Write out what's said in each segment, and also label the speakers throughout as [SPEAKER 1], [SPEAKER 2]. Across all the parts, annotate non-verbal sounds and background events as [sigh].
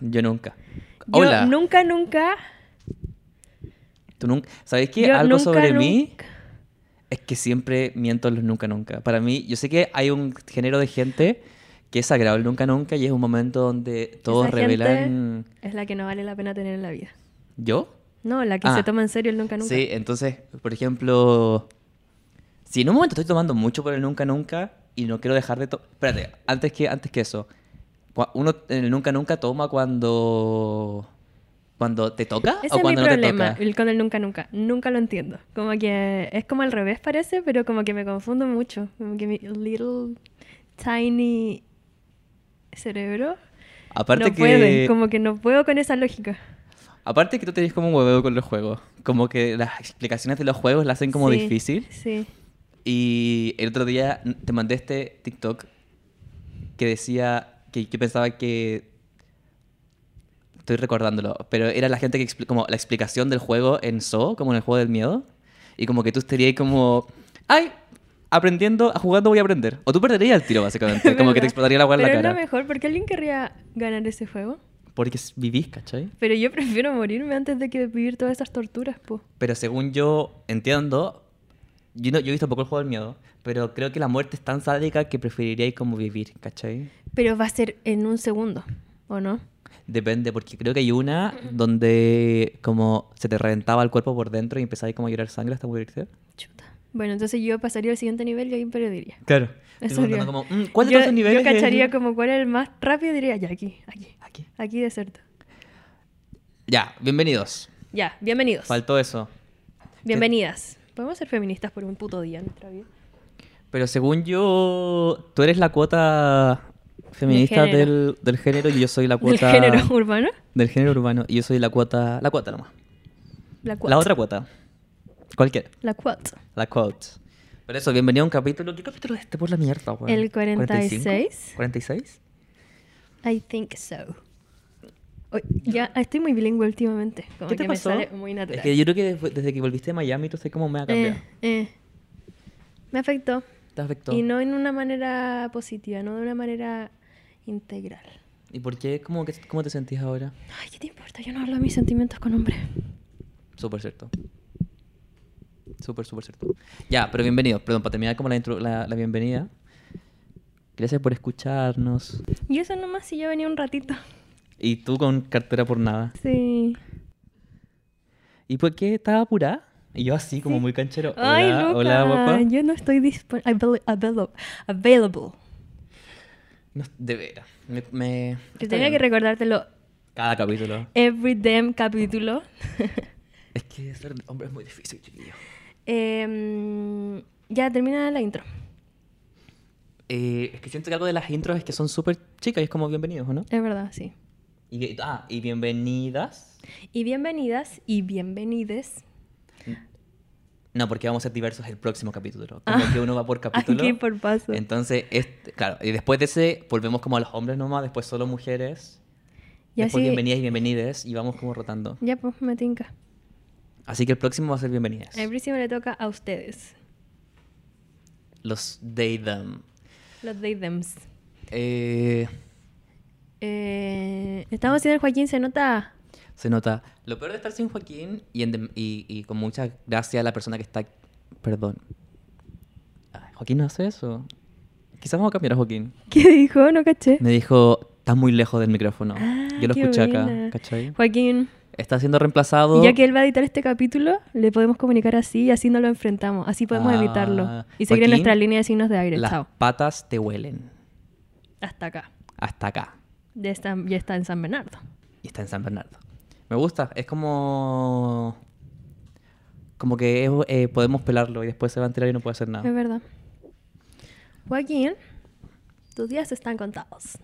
[SPEAKER 1] Yo nunca.
[SPEAKER 2] Yo
[SPEAKER 1] Hola.
[SPEAKER 2] nunca, nunca.
[SPEAKER 1] ¿Tú nunca? ¿Sabes qué?
[SPEAKER 2] yo
[SPEAKER 1] Algo
[SPEAKER 2] nunca,
[SPEAKER 1] sobre mí
[SPEAKER 2] nunca-
[SPEAKER 1] es que siempre miento en los nunca nunca. Para mí, yo sé que hay un género de gente que es sagrado el nunca nunca y es un momento donde todos
[SPEAKER 2] Esa gente
[SPEAKER 1] revelan
[SPEAKER 2] Es la que no vale la pena tener en la vida.
[SPEAKER 1] yo.
[SPEAKER 2] No, la que
[SPEAKER 1] Ah.
[SPEAKER 2] se toma en serio el nunca, nunca.
[SPEAKER 1] Sí, entonces, por ejemplo, si en un momento estoy tomando mucho por el nunca nunca y no quiero dejar de tomar... Espérate, antes que, antes que eso, cua- uno en el nunca nunca toma cuando... Cuando te toca
[SPEAKER 2] Ese
[SPEAKER 1] o
[SPEAKER 2] es mi
[SPEAKER 1] cuando no
[SPEAKER 2] problema
[SPEAKER 1] te toca.
[SPEAKER 2] el- con el nunca, nunca. Nunca lo entiendo. Como que es como al revés parece, pero como que me confundo mucho. Como que mi little tiny cerebro
[SPEAKER 1] Aparte
[SPEAKER 2] no
[SPEAKER 1] que...
[SPEAKER 2] puede. Como que no puedo con esa lógica.
[SPEAKER 1] Aparte que tú tenés como un hueveo con los juegos. Como que las explicaciones de los juegos la hacen como
[SPEAKER 2] Sí,
[SPEAKER 1] difícil.
[SPEAKER 2] Sí.
[SPEAKER 1] Y el otro día n- te mandé este TikTok que decía que yo pensaba que... Estoy recordándolo, pero era la gente que expli- como la explicación del juego en So, como en el juego del miedo. Y como que tú estarías como... ¡Ay! Aprendiendo, jugando voy a aprender. O tú perderías el tiro,
[SPEAKER 2] [laughs]
[SPEAKER 1] básicamente. como que te
[SPEAKER 2] ¿Verdad?
[SPEAKER 1] explotaría la agua en la
[SPEAKER 2] Pero
[SPEAKER 1] cara.
[SPEAKER 2] es lo mejor, porque alguien querría ganar ese juego.
[SPEAKER 1] Porque s- vivís, ¿cachai?
[SPEAKER 2] Pero yo prefiero morirme antes de que vivir todas esas torturas, po.
[SPEAKER 1] Pero según yo entiendo, yo, no, yo he visto poco el juego del miedo, pero creo que la muerte es tan sádica que preferiría como vivir, ¿cachai?
[SPEAKER 2] Pero va a ser en un segundo, ¿o no?
[SPEAKER 1] Depende, porque creo que hay una
[SPEAKER 2] Mm.
[SPEAKER 1] donde como se te reventaba el cuerpo por dentro y empezaba como a llorar sangre hasta morirte.
[SPEAKER 2] Chuta. Bueno, entonces yo pasaría al siguiente nivel y ahí perdería.
[SPEAKER 1] Claro.
[SPEAKER 2] Eso
[SPEAKER 1] Estoy preguntando
[SPEAKER 2] haría.
[SPEAKER 1] como, mm, ¿cuál de
[SPEAKER 2] yo,
[SPEAKER 1] todos los niveles?
[SPEAKER 2] Yo
[SPEAKER 1] es-
[SPEAKER 2] cacharía como cuál era el más rápido y diría, ya, aquí, aquí,
[SPEAKER 1] Aquí.
[SPEAKER 2] aquí deserto.
[SPEAKER 1] Ya, bienvenidos.
[SPEAKER 2] Ya, bienvenidos.
[SPEAKER 1] Faltó eso.
[SPEAKER 2] Bienvenidas. Podemos ser feministas por un puto día en nuestra vida.
[SPEAKER 1] Pero según yo, tú eres la cuota feminista
[SPEAKER 2] género.
[SPEAKER 1] del, del género y yo soy la
[SPEAKER 2] [laughs] ¿Del
[SPEAKER 1] cuota...
[SPEAKER 2] género urbano?
[SPEAKER 1] Del género urbano y yo soy la cuota... La cuota nomás.
[SPEAKER 2] La cuat.
[SPEAKER 1] La otra cuota. Cualquiera.
[SPEAKER 2] La cuat.
[SPEAKER 1] La quote. Pero eso, bienvenido a un capítulo. ¿Qué capítulo es este por la mierda, weón?
[SPEAKER 2] El 46.
[SPEAKER 1] ¿46?
[SPEAKER 2] I think so. Oy, ya estoy muy bilingüe últimamente. Como
[SPEAKER 1] ¿Qué te
[SPEAKER 2] que
[SPEAKER 1] pasó?
[SPEAKER 2] me sale muy natural.
[SPEAKER 1] Es que yo creo que desde, desde que volviste de Miami, tú estás como me ha cambiado.
[SPEAKER 2] Eh, eh. Me afectó.
[SPEAKER 1] Te afectó.
[SPEAKER 2] Y no en una manera positiva, no de una manera integral.
[SPEAKER 1] ¿Y por qué? ¿Cómo, que- cómo te sentís ahora?
[SPEAKER 2] Ay, ¿qué te importa? Yo no hablo de mis sentimientos con hombres.
[SPEAKER 1] Súper cierto. Súper, súper cierto. Ya, pero bienvenido. Perdón, para terminar como la, intro- la, la bienvenida. Gracias por escucharnos.
[SPEAKER 2] Y eso nomás si yo venía un ratito.
[SPEAKER 1] Y tú con cartera por nada.
[SPEAKER 2] Sí.
[SPEAKER 1] ¿Y por qué estaba apurada? Y yo así, como muy canchero.
[SPEAKER 2] Ay,
[SPEAKER 1] hola,
[SPEAKER 2] Luca,
[SPEAKER 1] hola, guapa.
[SPEAKER 2] yo no estoy disponible. Available.
[SPEAKER 1] No, de veras. Me, me-
[SPEAKER 2] Que
[SPEAKER 1] está
[SPEAKER 2] tenía que
[SPEAKER 1] bien.
[SPEAKER 2] recordártelo
[SPEAKER 1] Cada capítulo.
[SPEAKER 2] every damn capítulo. [laughs]
[SPEAKER 1] Es que ser hombre es muy difícil, chiquillo.
[SPEAKER 2] Em, ya termina la intro.
[SPEAKER 1] Eh, es que siento que algo de las intros es que son súper chicas y es como bienvenidos, ¿o no?
[SPEAKER 2] Es verdad, sí.
[SPEAKER 1] Y, que- ah, y bienvenidas.
[SPEAKER 2] Y bienvenidas y bienvenides.
[SPEAKER 1] No, porque vamos a ser diversos el próximo capítulo. Como que uno va
[SPEAKER 2] [laughs]
[SPEAKER 1] por capítulo.
[SPEAKER 2] Aquí Ah. por paso.
[SPEAKER 1] Entonces, este- claro, y después de ese volvemos como a los hombres nomás, después solo mujeres.
[SPEAKER 2] Y
[SPEAKER 1] después
[SPEAKER 2] así-
[SPEAKER 1] bienvenidas y bienvenides y vamos como rotando.
[SPEAKER 2] Ya, pues, me tinca.
[SPEAKER 1] Así que el próximo va a ser bienvenidas.
[SPEAKER 2] El próximo le toca a ustedes.
[SPEAKER 1] Los they, them.
[SPEAKER 2] Los they thems.
[SPEAKER 1] Eh,
[SPEAKER 2] Eh, estamos haciendo el Joaquín, se nota.
[SPEAKER 1] Se nota. Lo peor de estar sin Joaquín y, en dem- y, y con mucha gracia a la persona que está. Perdón. Ay, Joaquín no hace eso. Quizás vamos a cambiar a Joaquín.
[SPEAKER 2] [laughs] ¿Qué dijo? No caché.
[SPEAKER 1] Me dijo, estás muy lejos del micrófono.
[SPEAKER 2] Ah,
[SPEAKER 1] Yo lo
[SPEAKER 2] qué
[SPEAKER 1] escuché
[SPEAKER 2] buena.
[SPEAKER 1] acá, ¿cachai?
[SPEAKER 2] Joaquín,
[SPEAKER 1] Está siendo reemplazado.
[SPEAKER 2] y ya que él va a editar este capítulo, le podemos comunicar así y así no lo enfrentamos. Así podemos
[SPEAKER 1] Ah,
[SPEAKER 2] evitarlo. Y seguir en
[SPEAKER 1] Joaquín,
[SPEAKER 2] nuestra línea de signos de aire.
[SPEAKER 1] las
[SPEAKER 2] Chao.
[SPEAKER 1] patas te huelen.
[SPEAKER 2] Hasta acá.
[SPEAKER 1] Hasta acá.
[SPEAKER 2] Ya está, ya está en San Bernardo.
[SPEAKER 1] Y está en San Bernardo. Me gusta. Es como. Como que es, eh, podemos pelarlo y después se va a enterar y no puede hacer nada.
[SPEAKER 2] Es verdad. Joaquín, tus días están contados.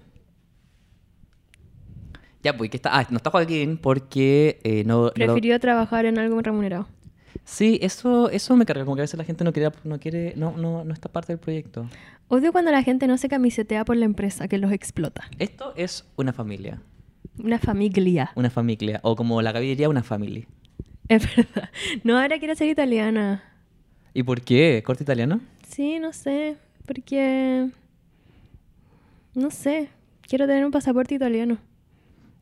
[SPEAKER 1] Ya, pues que está. Ah, no está Joaquín porque eh, no. no lo-
[SPEAKER 2] Prefirió trabajar en algo remunerado.
[SPEAKER 1] Sí, eso, eso me carga, como que a veces la gente no quiere, no quiere, no, no, no está parte del proyecto.
[SPEAKER 2] Odio cuando la gente no se camisetea por la empresa que los explota.
[SPEAKER 1] Esto es una familia.
[SPEAKER 2] Una familia.
[SPEAKER 1] Una familia. O como la Gaby diría, una familia.
[SPEAKER 2] Es verdad. No, ahora quiero ser italiana.
[SPEAKER 1] ¿Y por qué? ¿Corte italiano?
[SPEAKER 2] Sí, no sé, porque... No sé, quiero tener un pasaporte italiano.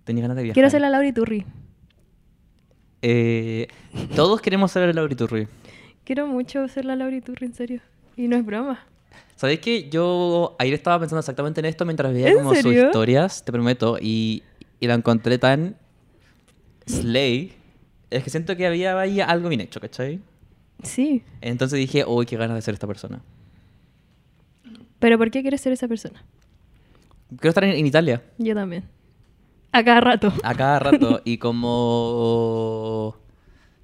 [SPEAKER 1] Tenía ganas de viajar.
[SPEAKER 2] Quiero ser la Laura Iturri.
[SPEAKER 1] Eh, todos queremos ser el Lauriturri.
[SPEAKER 2] Quiero mucho ser la Laura Iturri, en serio. Y no es broma.
[SPEAKER 1] ¿Sabéis que yo ayer estaba pensando exactamente en esto mientras veía
[SPEAKER 2] ¿En
[SPEAKER 1] como sus
[SPEAKER 2] serio?
[SPEAKER 1] historias, te prometo, y, y la encontré tan slay. Es que siento que había ahí algo bien hecho, ¿cachai?
[SPEAKER 2] Sí.
[SPEAKER 1] Entonces dije, uy, qué ganas de ser esta persona.
[SPEAKER 2] Pero ¿por qué quieres ser esa persona?
[SPEAKER 1] Quiero estar en, en Italia
[SPEAKER 2] Yo también. A cada rato.
[SPEAKER 1] a cada
[SPEAKER 2] [laughs]
[SPEAKER 1] rato y como...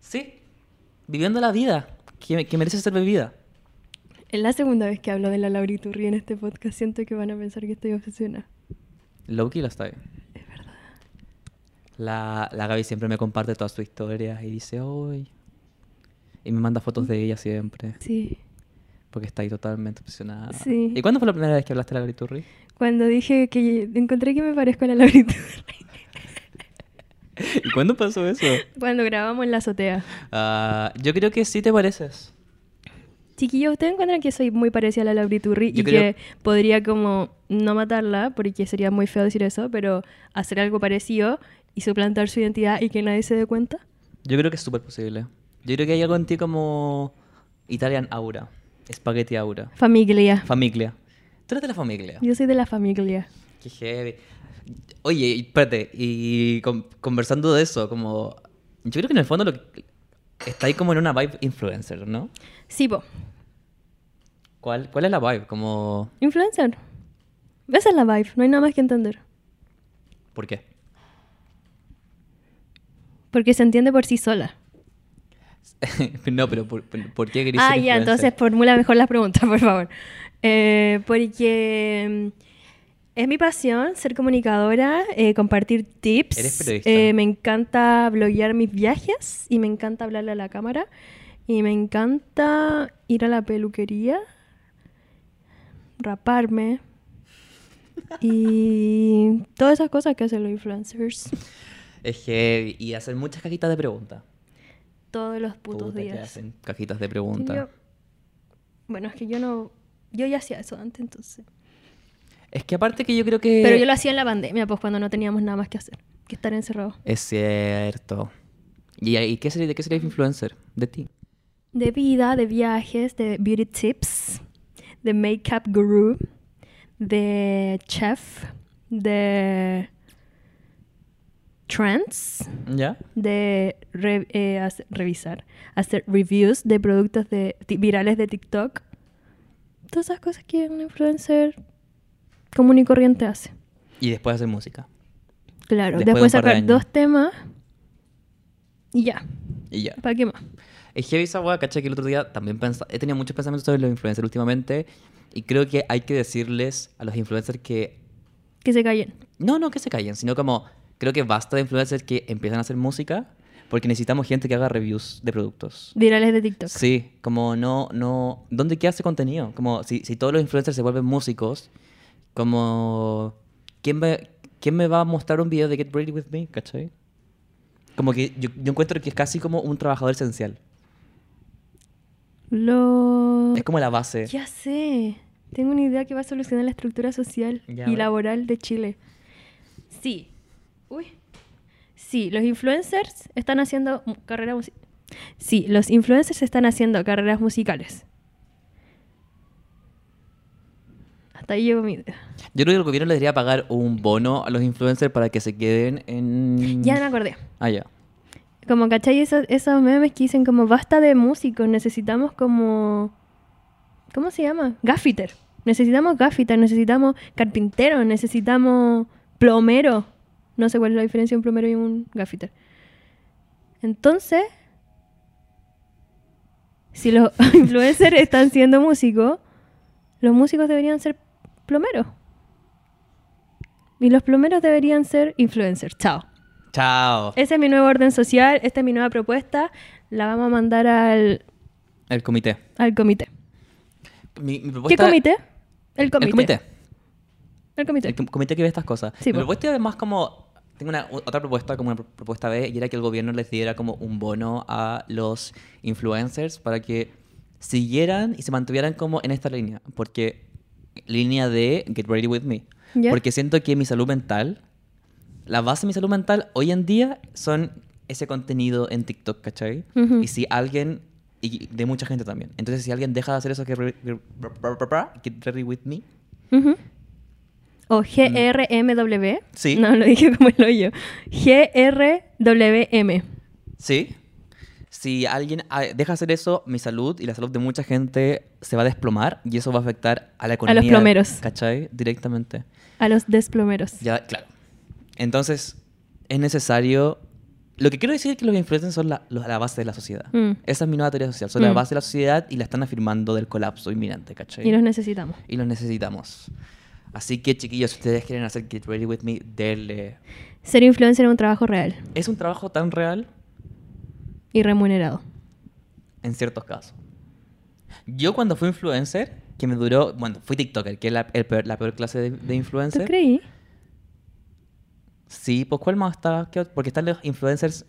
[SPEAKER 1] Sí, viviendo la vida que, que merece ser vivida.
[SPEAKER 2] Es la segunda vez que hablo de la Laura Iturri en este podcast. Siento que van a pensar que estoy obsesionada.
[SPEAKER 1] Loki la está bien.
[SPEAKER 2] Es verdad.
[SPEAKER 1] La, la Gaby siempre me comparte todas sus historias y dice, uy... Y me manda fotos de ella siempre.
[SPEAKER 2] Sí.
[SPEAKER 1] Porque está ahí totalmente obsesionada.
[SPEAKER 2] Sí.
[SPEAKER 1] ¿Y cuándo fue la primera vez que hablaste de la
[SPEAKER 2] [laughs]
[SPEAKER 1] Griturri?
[SPEAKER 2] Cuando dije que encontré que me parezco a la Laura Iturri.
[SPEAKER 1] ¿Y cuándo pasó
[SPEAKER 2] [laughs]
[SPEAKER 1] eso?
[SPEAKER 2] Cuando grabamos en la azotea.
[SPEAKER 1] Ah, yo creo que sí te pareces.
[SPEAKER 2] Chiquillos, ¿ustedes encuentran que soy muy parecida a la Laura Iturri
[SPEAKER 1] Yo
[SPEAKER 2] y
[SPEAKER 1] creo-
[SPEAKER 2] que podría como no matarla, porque sería muy feo decir eso, pero hacer algo parecido y suplantar su identidad y que nadie se dé cuenta?
[SPEAKER 1] Yo creo que es súper posible. Yo creo que hay algo en ti como Italian Aura, Spaghetti Aura,
[SPEAKER 2] Familia.
[SPEAKER 1] Famiglia. Tú eres de la familia.
[SPEAKER 2] Yo soy de la familia.
[SPEAKER 1] Qué heavy. Oye, y espérate, y con- conversando de eso, como... Yo creo que en el fondo lo que- está ahí como en una vibe influencer, ¿no?
[SPEAKER 2] Sí, po.
[SPEAKER 1] ¿Cuál, cuál es la vibe? Como...
[SPEAKER 2] Influencer. Esa es la vibe, no hay nada más que entender.
[SPEAKER 1] ¿Por qué? [laughs]
[SPEAKER 2] Porque se entiende por sí sola.
[SPEAKER 1] no, pero ¿por, por, por qué querés
[SPEAKER 2] Ah,
[SPEAKER 1] ser
[SPEAKER 2] ya,
[SPEAKER 1] influencer?
[SPEAKER 2] entonces formula mejor las preguntas, por favor. Eh, porque mm, es mi pasión ser comunicadora, eh, compartir tips.
[SPEAKER 1] Eres periodista.
[SPEAKER 2] Eh, me encanta bloguear mis viajes y me encanta hablarle a la cámara. Y me encanta ir a la peluquería, raparme. Y todas esas cosas que hacen los influencers
[SPEAKER 1] Es heavy. Y hacen muchas cajitas de preguntas.
[SPEAKER 2] todos los putos
[SPEAKER 1] Puta, que
[SPEAKER 2] días.
[SPEAKER 1] hacen cajitas de preguntas.
[SPEAKER 2] Yo- bueno, es que yo no. Yo ya hacía eso antes, entonces.
[SPEAKER 1] Es que aparte que yo creo que...
[SPEAKER 2] Pero yo lo hacía en la pandemia, pues cuando no teníamos nada más que hacer que estar encerrados.
[SPEAKER 1] Es cierto. ¿Y, y qué sería, de qué sería influencer? De ti.
[SPEAKER 2] De vida, de viajes, de beauty tips, de makeup guru, de chef, de trends,
[SPEAKER 1] ¿Ya?
[SPEAKER 2] de re- eh, hace- revisar, hacer reviews de productos de ti- virales de TikTok. Todas esas cosas que un influencer común y corriente hace.
[SPEAKER 1] Y después hacer música.
[SPEAKER 2] Claro,
[SPEAKER 1] Después de un
[SPEAKER 2] después,
[SPEAKER 1] par de
[SPEAKER 2] sacar
[SPEAKER 1] años.
[SPEAKER 2] dos temas y ya.
[SPEAKER 1] Y ya.
[SPEAKER 2] ¿Para qué más?
[SPEAKER 1] Es heavy esa weá, caché que el otro día también pensa- he tenido muchos pensamientos sobre los influencers últimamente y creo que hay que decirles a los influencers que
[SPEAKER 2] Que se callen.
[SPEAKER 1] No, no que se callen, sino como creo que basta de influencers que empiezan a hacer música porque necesitamos gente que haga reviews de productos.
[SPEAKER 2] Virales de TikTok.
[SPEAKER 1] Sí, como no, no, ¿dónde queda ese contenido? Como si, si todos los influencers se vuelven músicos, como, ¿quién me, quién me va a mostrar un video de Get Ready With Me? ¿Cachai? Como que yo, yo encuentro que es casi como un trabajador esencial.
[SPEAKER 2] Lo...
[SPEAKER 1] Es como la base.
[SPEAKER 2] Mm. Ya sé. Tengo una idea que va a solucionar la estructura social
[SPEAKER 1] Ya, a
[SPEAKER 2] y
[SPEAKER 1] ver.
[SPEAKER 2] laboral de Chile. Sí. Uy. Sí, los influencers están haciendo mu- carrera musi- Sí, los influencers están haciendo carreras musicales. Hasta ahí llegó mi idea.
[SPEAKER 1] Yo creo que el gobierno le debería pagar un bono a los influencers para que se queden en...
[SPEAKER 2] Ya me acordé.
[SPEAKER 1] Ah, ya.
[SPEAKER 2] Como, ¿cachai? Esos, esos memes que dicen como basta de músicos, necesitamos como... ¿Cómo se llama? Gaffiter. Necesitamos gaffiter, necesitamos carpintero, necesitamos plomero. No sé cuál es la diferencia entre un plomero y un gaffiter. Entonces, si los [laughs] influencers están siendo músicos, los músicos deberían ser plomeros. Y los plomeros deberían ser influencers. Chao.
[SPEAKER 1] Chao.
[SPEAKER 2] Ese es mi nuevo orden social, esta es mi nueva propuesta. La vamos a mandar al,
[SPEAKER 1] El comité.
[SPEAKER 2] al comité.
[SPEAKER 1] Mi- mi
[SPEAKER 2] ¿Qué
[SPEAKER 1] propuesta-
[SPEAKER 2] comité? El comité.
[SPEAKER 1] El comité.
[SPEAKER 2] El comité.
[SPEAKER 1] El com- comité que ve estas cosas.
[SPEAKER 2] Sí, pues.
[SPEAKER 1] Mi
[SPEAKER 2] po.
[SPEAKER 1] propuesta además como... Tengo una, u- otra propuesta, como una pro- propuesta B, y era que el gobierno les diera como un bono a los influencers para que siguieran y se mantuvieran como en esta línea. Porque línea de Get Ready With Me.
[SPEAKER 2] Ya.
[SPEAKER 1] Porque siento que mi salud mental la base de mi salud mental hoy en día son ese contenido en TikTok, ¿cachai?
[SPEAKER 2] Ujú.
[SPEAKER 1] Y si alguien, y de mucha gente también, entonces si alguien deja de hacer eso que... re- que- bra- bra- bra- bra- Get ready with me.
[SPEAKER 2] Ujú. O GRMW.
[SPEAKER 1] Mm. Sí.
[SPEAKER 2] No, lo dije [laughs] como el hoyo. GRWM.
[SPEAKER 1] Sí. Si alguien ah, deja de hacer eso, mi salud y la salud de mucha gente se va a desplomar y eso va a afectar a la economía.
[SPEAKER 2] plomeros.
[SPEAKER 1] ¿Cachai? Directamente.
[SPEAKER 2] A los desplomeros.
[SPEAKER 1] Ya, claro. Entonces, es necesario... Lo que quiero decir es que los influencers son la, los- la base de la sociedad.
[SPEAKER 2] Mm.
[SPEAKER 1] Esa es mi nueva teoría social. Son la
[SPEAKER 2] Mm.
[SPEAKER 1] base de la sociedad y la están afirmando del colapso inminente, ¿cachai?
[SPEAKER 2] Y los necesitamos.
[SPEAKER 1] Y los necesitamos. Así que, chiquillos, si ustedes quieren hacer Get Ready With Me, denle.
[SPEAKER 2] Ser influencer es un trabajo real
[SPEAKER 1] Es un trabajo tan real
[SPEAKER 2] y remunerado.
[SPEAKER 1] en ciertos casos. Yo cuando fui influencer, que me duró, bueno, fui TikToker, que es la, el peor- la peor clase de, de
[SPEAKER 2] ¿Tú
[SPEAKER 1] influencer.
[SPEAKER 2] creí?
[SPEAKER 1] Sí, pues ¿cuál más está? ¿Qué ot- Porque están los
[SPEAKER 2] [coughs]
[SPEAKER 1] influencers...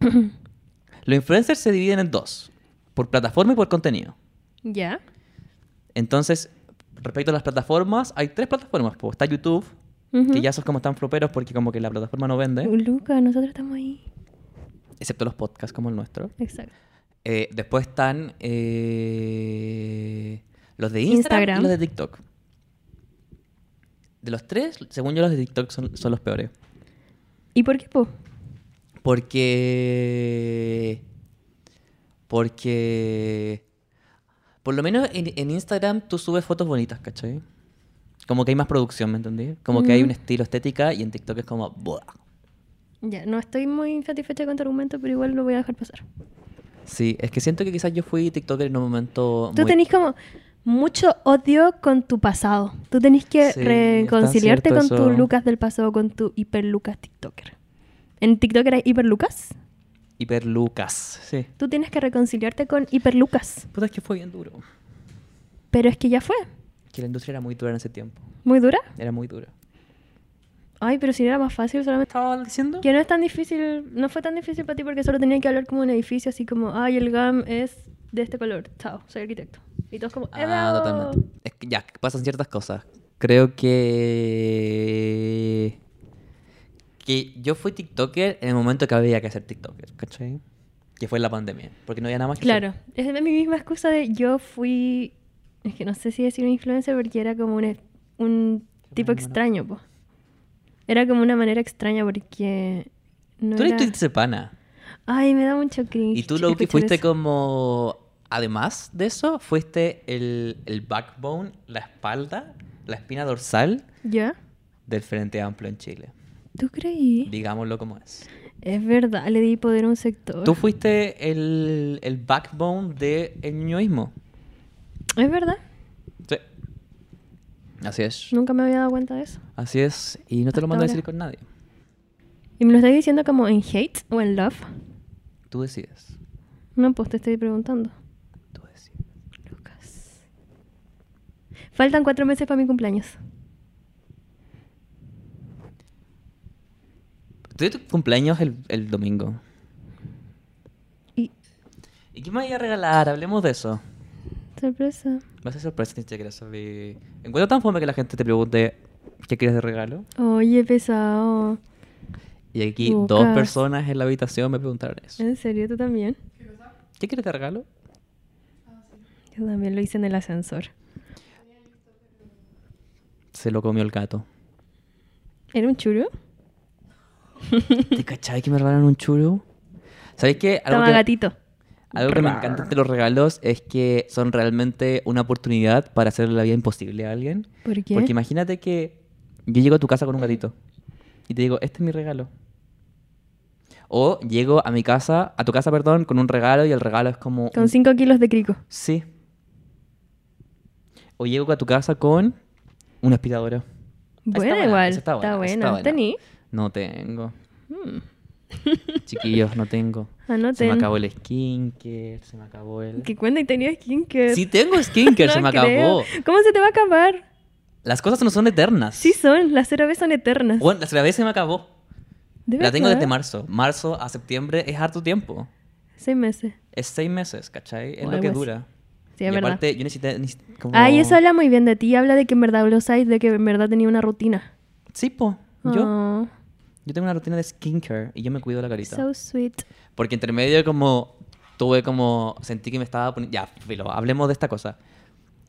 [SPEAKER 1] los influencers se dividen en dos, por plataforma y por contenido.
[SPEAKER 2] Ya.
[SPEAKER 1] Entonces, respecto a las plataformas, hay tres plataformas. Pues está YouTube,
[SPEAKER 2] Ujú. Uh,
[SPEAKER 1] que ya sos como están floperos porque como que la plataforma no vende,
[SPEAKER 2] Luca, nosotros estamos ahí.
[SPEAKER 1] excepto los podcasts como el nuestro.
[SPEAKER 2] Exacto.
[SPEAKER 1] Eh, después están eh, los de Instagram,
[SPEAKER 2] Instagram.
[SPEAKER 1] y los de TikTok. De los tres, según yo, los de TikTok son, son los peores.
[SPEAKER 2] ¿Y por qué, po?
[SPEAKER 1] Porque. Porque. Por lo menos en, en Instagram tú subes fotos bonitas, ¿cachai? Como que hay más producción, ¿me entendí? Como que hay un
[SPEAKER 2] Mm.
[SPEAKER 1] estilo estética y en TikTok es como. "Buah".
[SPEAKER 2] Ya, no estoy muy satisfecha con tu argumento, pero igual lo voy a dejar pasar.
[SPEAKER 1] Sí, es que siento que quizás yo fui TikToker en un [laughs] momento.
[SPEAKER 2] Tú
[SPEAKER 1] muy-
[SPEAKER 2] tenés como mucho odio con tu pasado. Tú tenés que
[SPEAKER 1] Sí,
[SPEAKER 2] reconciliarte
[SPEAKER 1] está
[SPEAKER 2] con
[SPEAKER 1] cierto
[SPEAKER 2] tu
[SPEAKER 1] eso.
[SPEAKER 2] Lucas del pasado, con tu hiper Lucas TikToker. ¿En TikTok era hiper Lucas?
[SPEAKER 1] Hiper Lucas. Sí.
[SPEAKER 2] Tú tienes que reconciliarte con hiper Lucas.
[SPEAKER 1] Puta, es que fue bien duro.
[SPEAKER 2] Pero es que ya fue.
[SPEAKER 1] Que la industria era muy dura en ese tiempo.
[SPEAKER 2] ¿Muy dura?
[SPEAKER 1] Era muy dura.
[SPEAKER 2] Ay, pero si era más fácil solamente...
[SPEAKER 1] ¿Estaba diciendo?
[SPEAKER 2] Que no es tan difícil, no fue tan difícil para ti porque solo tenía que hablar como un edificio, así como, ay, el GAM es de este color, chao, soy arquitecto. Y todos como,
[SPEAKER 1] Ah,
[SPEAKER 2] "Hello".
[SPEAKER 1] totalmente. Es que ya, pasan ciertas cosas. Creo que. Que yo fui TikToker en el momento que había que hacer TikToker, ¿cachai? Que fue en la pandemia, porque no había nada más que
[SPEAKER 2] Claro,
[SPEAKER 1] hacer.
[SPEAKER 2] es mi misma excusa de yo fui, es que no sé si decir un influencer porque era como un, es- un
[SPEAKER 1] Qué
[SPEAKER 2] tipo
[SPEAKER 1] bueno, ¿no?
[SPEAKER 2] extraño, po. Era como una manera extraña porque no
[SPEAKER 1] Tú
[SPEAKER 2] era...
[SPEAKER 1] eres tu pana.
[SPEAKER 2] Ay, me da mucho cringe.
[SPEAKER 1] Y tú lo que
[SPEAKER 2] escuchar
[SPEAKER 1] fuiste
[SPEAKER 2] eso.
[SPEAKER 1] como. Además de eso, fuiste el, el backbone, la espalda, la espina dorsal
[SPEAKER 2] ¿Ya?
[SPEAKER 1] del Frente Amplio en Chile.
[SPEAKER 2] ¿Tú creí?
[SPEAKER 1] Digámoslo como es.
[SPEAKER 2] Es verdad, le di poder a un sector.
[SPEAKER 1] Tú fuiste el, el backbone del el ñoísmo.
[SPEAKER 2] Es verdad,
[SPEAKER 1] Sí. Así es.
[SPEAKER 2] nunca me había dado cuenta de eso.
[SPEAKER 1] Así es. Y no te
[SPEAKER 2] Hasta
[SPEAKER 1] lo mando a
[SPEAKER 2] ahora.
[SPEAKER 1] decir con nadie.
[SPEAKER 2] ¿Y me lo estás diciendo como en hate o en love?
[SPEAKER 1] Tú decides.
[SPEAKER 2] No, pues te estoy preguntando.
[SPEAKER 1] Tú decides.
[SPEAKER 2] Lucas. Faltan cuatro meses para mi cumpleaños.
[SPEAKER 1] Tuve tu cumpleaños el, el domingo.
[SPEAKER 2] Y
[SPEAKER 1] ¿Y qué me voy a regalar? Hablemos de eso.
[SPEAKER 2] sorpresa.
[SPEAKER 1] Va a ser sorpresa ni siquiera sabí. Encuentro tan fome que la gente te pregunte qué quieres de regalo.
[SPEAKER 2] Oye, pesado.
[SPEAKER 1] Y aquí dos
[SPEAKER 2] Lucas.
[SPEAKER 1] personas en la habitación me preguntaron eso.
[SPEAKER 2] ¿En serio tú también?
[SPEAKER 1] ¿Qué quieres de regalo?
[SPEAKER 2] Yo también lo hice en el ascensor.
[SPEAKER 1] Se lo comió el gato. [laughs]
[SPEAKER 2] ¿Era un churro?
[SPEAKER 1] ¿Te cachai que me regalaron un churro? ¿Sabes qué? Algo
[SPEAKER 2] Toma,
[SPEAKER 1] que-
[SPEAKER 2] gatito.
[SPEAKER 1] Algo que me encanta de los regalos es que son realmente una oportunidad para hacerle la vida imposible a alguien.
[SPEAKER 2] ¿Por qué?
[SPEAKER 1] Porque imagínate que yo llego a tu casa con un gatito y te digo, este es mi regalo. O llego a mi casa, a tu casa, perdón, con un regalo y el regalo es como...
[SPEAKER 2] Con
[SPEAKER 1] un-
[SPEAKER 2] cinco kilos de crico.
[SPEAKER 1] Sí. O llego a tu casa con una aspiradora. Está
[SPEAKER 2] Buena igual.
[SPEAKER 1] esa
[SPEAKER 2] Está buena.
[SPEAKER 1] esa
[SPEAKER 2] ¿Tení?
[SPEAKER 1] No tengo.
[SPEAKER 2] Mm.
[SPEAKER 1] Chiquillos, no tengo. Se me
[SPEAKER 2] Anoten.
[SPEAKER 1] acabó el skinker, se me acabó el...
[SPEAKER 2] Que cuenta y tenía skincare.
[SPEAKER 1] Sí tengo skinker,
[SPEAKER 2] [laughs]
[SPEAKER 1] se me
[SPEAKER 2] creo.
[SPEAKER 1] acabó.
[SPEAKER 2] ¿Cómo se te va a acabar?
[SPEAKER 1] Las cosas no son eternas.
[SPEAKER 2] Sí son, las cervezas son eternas.
[SPEAKER 1] Bueno, la cerveza se me acabó.
[SPEAKER 2] ¿De
[SPEAKER 1] La tengo
[SPEAKER 2] verdad?
[SPEAKER 1] desde marzo. Marzo a septiembre es harto tiempo.
[SPEAKER 2] Seis meses.
[SPEAKER 1] Es seis meses, ¿cachai? Es lo
[SPEAKER 2] O algo
[SPEAKER 1] que
[SPEAKER 2] así.
[SPEAKER 1] dura.
[SPEAKER 2] pues, Sí, es
[SPEAKER 1] y
[SPEAKER 2] verdad.
[SPEAKER 1] aparte, yo necesité... neces- como-
[SPEAKER 2] Ay, eso habla muy bien de ti. Habla de que en verdad lo sabes, de que en verdad tenía una rutina.
[SPEAKER 1] Sí, po. Yo,
[SPEAKER 2] Oh.
[SPEAKER 1] Yo tengo una rutina de skincare y yo me cuido la carita.
[SPEAKER 2] So sweet.
[SPEAKER 1] Porque entre medio como tuve como sentí que me estaba poniendo... Ya, filo, hablemos de esta cosa.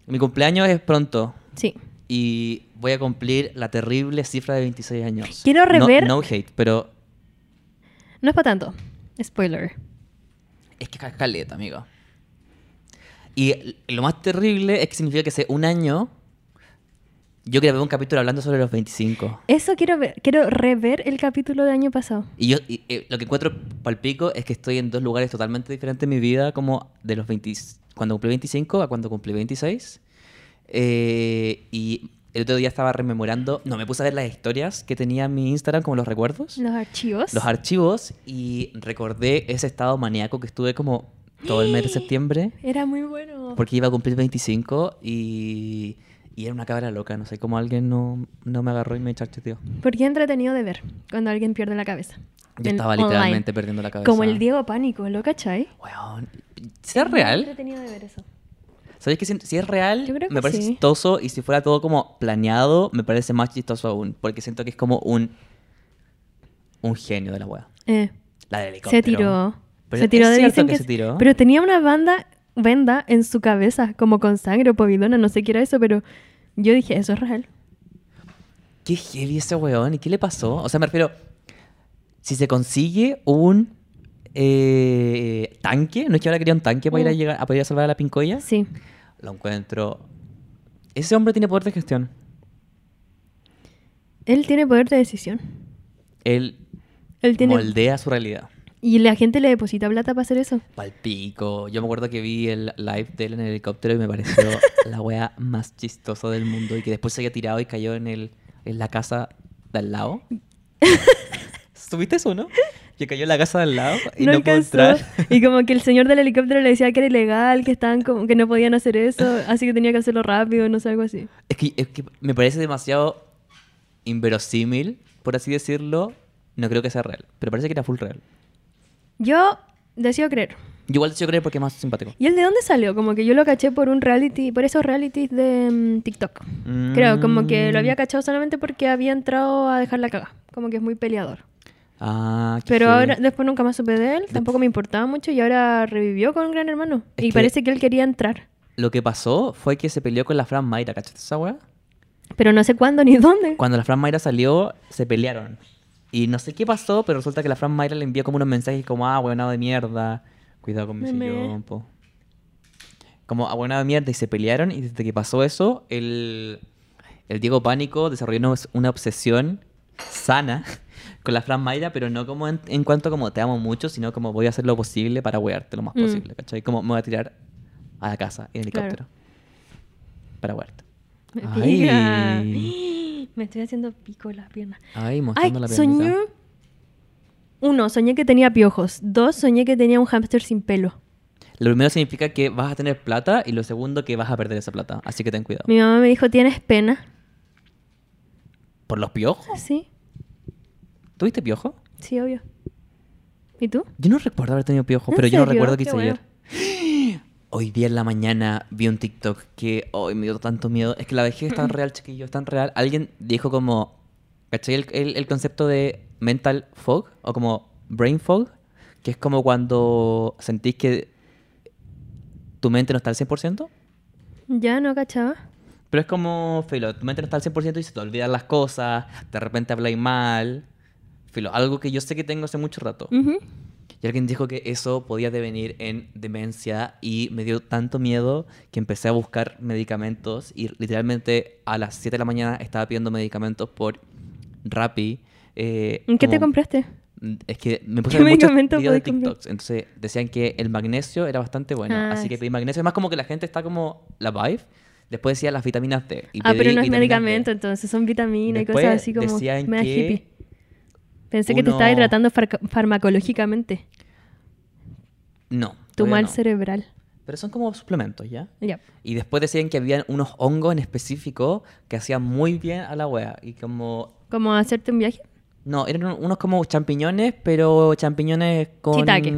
[SPEAKER 1] Mi cumpleaños es pronto
[SPEAKER 2] Sí.
[SPEAKER 1] y voy a cumplir la terrible cifra de 26 años.
[SPEAKER 2] Quiero
[SPEAKER 1] No-
[SPEAKER 2] rever-
[SPEAKER 1] No, hate, pero
[SPEAKER 2] No es para tanto. Spoiler.
[SPEAKER 1] es que es caleta, amigo. Y l- lo más terrible es que significa que hace un año yo grabé un capítulo hablando sobre los 25.
[SPEAKER 2] Eso quiero ver. Quiero rever el capítulo del año pasado.
[SPEAKER 1] Y yo y, eh, lo que encuentro palpico es que estoy en dos lugares totalmente diferentes en mi vida, como de los 20, cuando cumplí 25 a cuando cumplí 26. Eh, y el otro día estaba rememorando, no, me puse a ver las historias que tenía en mi Instagram, como los recuerdos,
[SPEAKER 2] Los archivos.
[SPEAKER 1] los archivos, y recordé ese estado maníaco que estuve como todo el mes
[SPEAKER 2] [gasps]
[SPEAKER 1] de septiembre,
[SPEAKER 2] Era muy bueno.
[SPEAKER 1] porque iba a cumplir 25 y, y era una cabra loca, no sé cómo alguien no, no me agarró y me charcheteó.
[SPEAKER 2] Porque es entretenido de ver cuando alguien pierde la cabeza.
[SPEAKER 1] Yo
[SPEAKER 2] En-
[SPEAKER 1] estaba
[SPEAKER 2] online.
[SPEAKER 1] literalmente perdiendo la cabeza.
[SPEAKER 2] Como el Diego Pánico, ¿lo cachai?
[SPEAKER 1] Weón, si es
[SPEAKER 2] Es
[SPEAKER 1] real,
[SPEAKER 2] entretenido de ver eso.
[SPEAKER 1] ¿sabes que si, si es real,
[SPEAKER 2] Yo creo que
[SPEAKER 1] me parece
[SPEAKER 2] sí.
[SPEAKER 1] chistoso y si fuera todo como planeado, me parece más chistoso aún, porque siento que es como un un genio de la wea.
[SPEAKER 2] Eh,
[SPEAKER 1] La del helicóptero.
[SPEAKER 2] se tiró.
[SPEAKER 1] Pero
[SPEAKER 2] se tiró
[SPEAKER 1] es
[SPEAKER 2] de
[SPEAKER 1] cierto
[SPEAKER 2] dicen
[SPEAKER 1] que se tiró.
[SPEAKER 2] Pero tenía una banda, venda en su cabeza, como con sangre o povidona, no sé qué era eso, pero yo dije, eso es real.
[SPEAKER 1] Qué heavy ese weón, ¿y qué le pasó? O sea, me refiero, si se consigue un eh, tanque, no es que ahora quería un tanque para ir a,
[SPEAKER 2] Mm.
[SPEAKER 1] llegar, a poder ir a salvar a la pincoya,
[SPEAKER 2] Sí.
[SPEAKER 1] lo encuentro... Ese hombre tiene poder de gestión.
[SPEAKER 2] Él tiene poder de decisión.
[SPEAKER 1] Él
[SPEAKER 2] Él tiene...
[SPEAKER 1] moldea su realidad.
[SPEAKER 2] Y la gente le deposita plata para hacer eso.
[SPEAKER 1] Palpico. Yo me acuerdo que vi el live de él en el helicóptero y me
[SPEAKER 2] [laughs]
[SPEAKER 1] pareció la wea más chistosa del mundo y que después se había tirado y cayó en, el, en la casa de al
[SPEAKER 2] [laughs]
[SPEAKER 1] lado. ¿Subiste eso, no? Que cayó en la casa de al lado y no, pudo entrar.
[SPEAKER 2] [laughs] Y como que el señor del helicóptero le decía que era ilegal, que estaban como que no podían hacer eso, así que tenía que hacerlo rápido, no sé, algo así.
[SPEAKER 1] Es que, es que me parece demasiado inverosímil, por así decirlo. No creo que sea real, pero parece que era full real.
[SPEAKER 2] Yo decido creer.
[SPEAKER 1] Yo igual yo creo porque es más simpático.
[SPEAKER 2] ¿Y el de dónde salió? Como que yo lo caché por un reality, por esos realities de mm, TikTok. Creo, como que
[SPEAKER 1] Mm.
[SPEAKER 2] lo había cachado solamente porque había entrado a dejar la caga. Como que es muy peleador.
[SPEAKER 1] Ah, qué
[SPEAKER 2] Pero
[SPEAKER 1] heavy.
[SPEAKER 2] ahora, después nunca más supe de él, tampoco me importaba mucho y ahora revivió con Gran Hermano.
[SPEAKER 1] Es
[SPEAKER 2] y
[SPEAKER 1] que-
[SPEAKER 2] parece que él quería entrar.
[SPEAKER 1] Lo que pasó fue que se peleó con la Fran Mayra, ¿cachaste esa wea?
[SPEAKER 2] Pero no sé cuándo ni [laughs] dónde.
[SPEAKER 1] Cuando la Fran Mayra salió, se pelearon. Y no sé qué pasó, pero resulta que la Fran Mayra le envió como unos mensajes como, ah, huevonado de mierda, cuidado con mi
[SPEAKER 2] Meme.
[SPEAKER 1] sillón, po". Como, ah, huevonado de mierda, y se pelearon. Y desde que pasó eso, el, el Diego Pánico desarrolló una, una obsesión sana [laughs] con la Fran Mayra, pero no como en, en cuanto como te amo mucho, sino como voy a hacer lo posible para huearte lo más
[SPEAKER 2] Mm.
[SPEAKER 1] posible, ¿cachai? Como me voy a tirar a la casa en helicóptero para huearte.
[SPEAKER 2] Me
[SPEAKER 1] Ay.
[SPEAKER 2] pica. [gasps] Me estoy haciendo pico en las piernas.
[SPEAKER 1] Ay,
[SPEAKER 2] Ay,
[SPEAKER 1] mostrando la piernita.
[SPEAKER 2] soñé. Uno, soñé que tenía piojos. Dos, soñé que tenía un hámster sin pelo.
[SPEAKER 1] Lo primero significa que vas a tener plata y lo segundo que vas a perder esa plata. Así que ten cuidado.
[SPEAKER 2] Mi mamá me dijo, ¿tienes pena?
[SPEAKER 1] ¿Por los piojos?
[SPEAKER 2] Sí,
[SPEAKER 1] ¿Tuviste piojo?
[SPEAKER 2] sí, obvio. ¿Y tú?
[SPEAKER 1] Yo no recuerdo haber tenido piojo,
[SPEAKER 2] ¿En
[SPEAKER 1] pero yo no
[SPEAKER 2] serio?
[SPEAKER 1] recuerdo que
[SPEAKER 2] Qué
[SPEAKER 1] hice
[SPEAKER 2] bueno.
[SPEAKER 1] ayer. [gasps] Hoy día en la mañana vi un TikTok que hoy me dio tanto miedo. Es que la vejez es
[SPEAKER 2] [clears throat]
[SPEAKER 1] tan real, chiquillo, es tan real. Alguien dijo como, ¿cachai el, el- el concepto de mental fog o como brain fog? Que es como cuando sentís que tu mente no está al 100%.
[SPEAKER 2] Ya no cachaba.
[SPEAKER 1] Pero es como, filo, tu mente no está al 100% y se te olvidan las cosas, de repente habláis mal. Filo, algo que yo sé que tengo hace mucho rato.
[SPEAKER 2] Ujú.
[SPEAKER 1] Y alguien dijo que eso podía devenir en demencia y me dio tanto miedo que empecé a buscar medicamentos y literalmente a las 7 de la mañana estaba pidiendo medicamentos por Rappi. eh,
[SPEAKER 2] ¿En ¿Qué te
[SPEAKER 1] como-
[SPEAKER 2] compraste?
[SPEAKER 1] Mm, Es que me puse
[SPEAKER 2] [laughs] ¿Qué
[SPEAKER 1] a ver muchos
[SPEAKER 2] medicamento
[SPEAKER 1] videos de
[SPEAKER 2] podéis comprar?
[SPEAKER 1] TikToks. Entonces decían que el magnesio era bastante bueno.
[SPEAKER 2] Ah,
[SPEAKER 1] así que
[SPEAKER 2] sí.
[SPEAKER 1] pedí magnesio. Es más como que la gente está como la vibe. Después decía las vitaminas D. y
[SPEAKER 2] ah,
[SPEAKER 1] pedí
[SPEAKER 2] pero no es
[SPEAKER 1] vitaminas D.
[SPEAKER 2] medicamento, entonces son vitaminas y
[SPEAKER 1] Después
[SPEAKER 2] cosas así como
[SPEAKER 1] decían
[SPEAKER 2] me da
[SPEAKER 1] que
[SPEAKER 2] hippie. Pensé que te
[SPEAKER 1] uno-
[SPEAKER 2] estaba tratando farca- farmacológicamente.
[SPEAKER 1] No.
[SPEAKER 2] Tu
[SPEAKER 1] todavía
[SPEAKER 2] mal
[SPEAKER 1] no.
[SPEAKER 2] cerebral.
[SPEAKER 1] Pero son como suplementos, ¿ya?
[SPEAKER 2] Ya.
[SPEAKER 1] Y después decían que había unos hongos en específico que hacían muy bien a la wea. Y como...
[SPEAKER 2] ¿Como hacerte un viaje?
[SPEAKER 1] No, eran unos como champiñones, pero champiñones con...
[SPEAKER 2] Shiitake.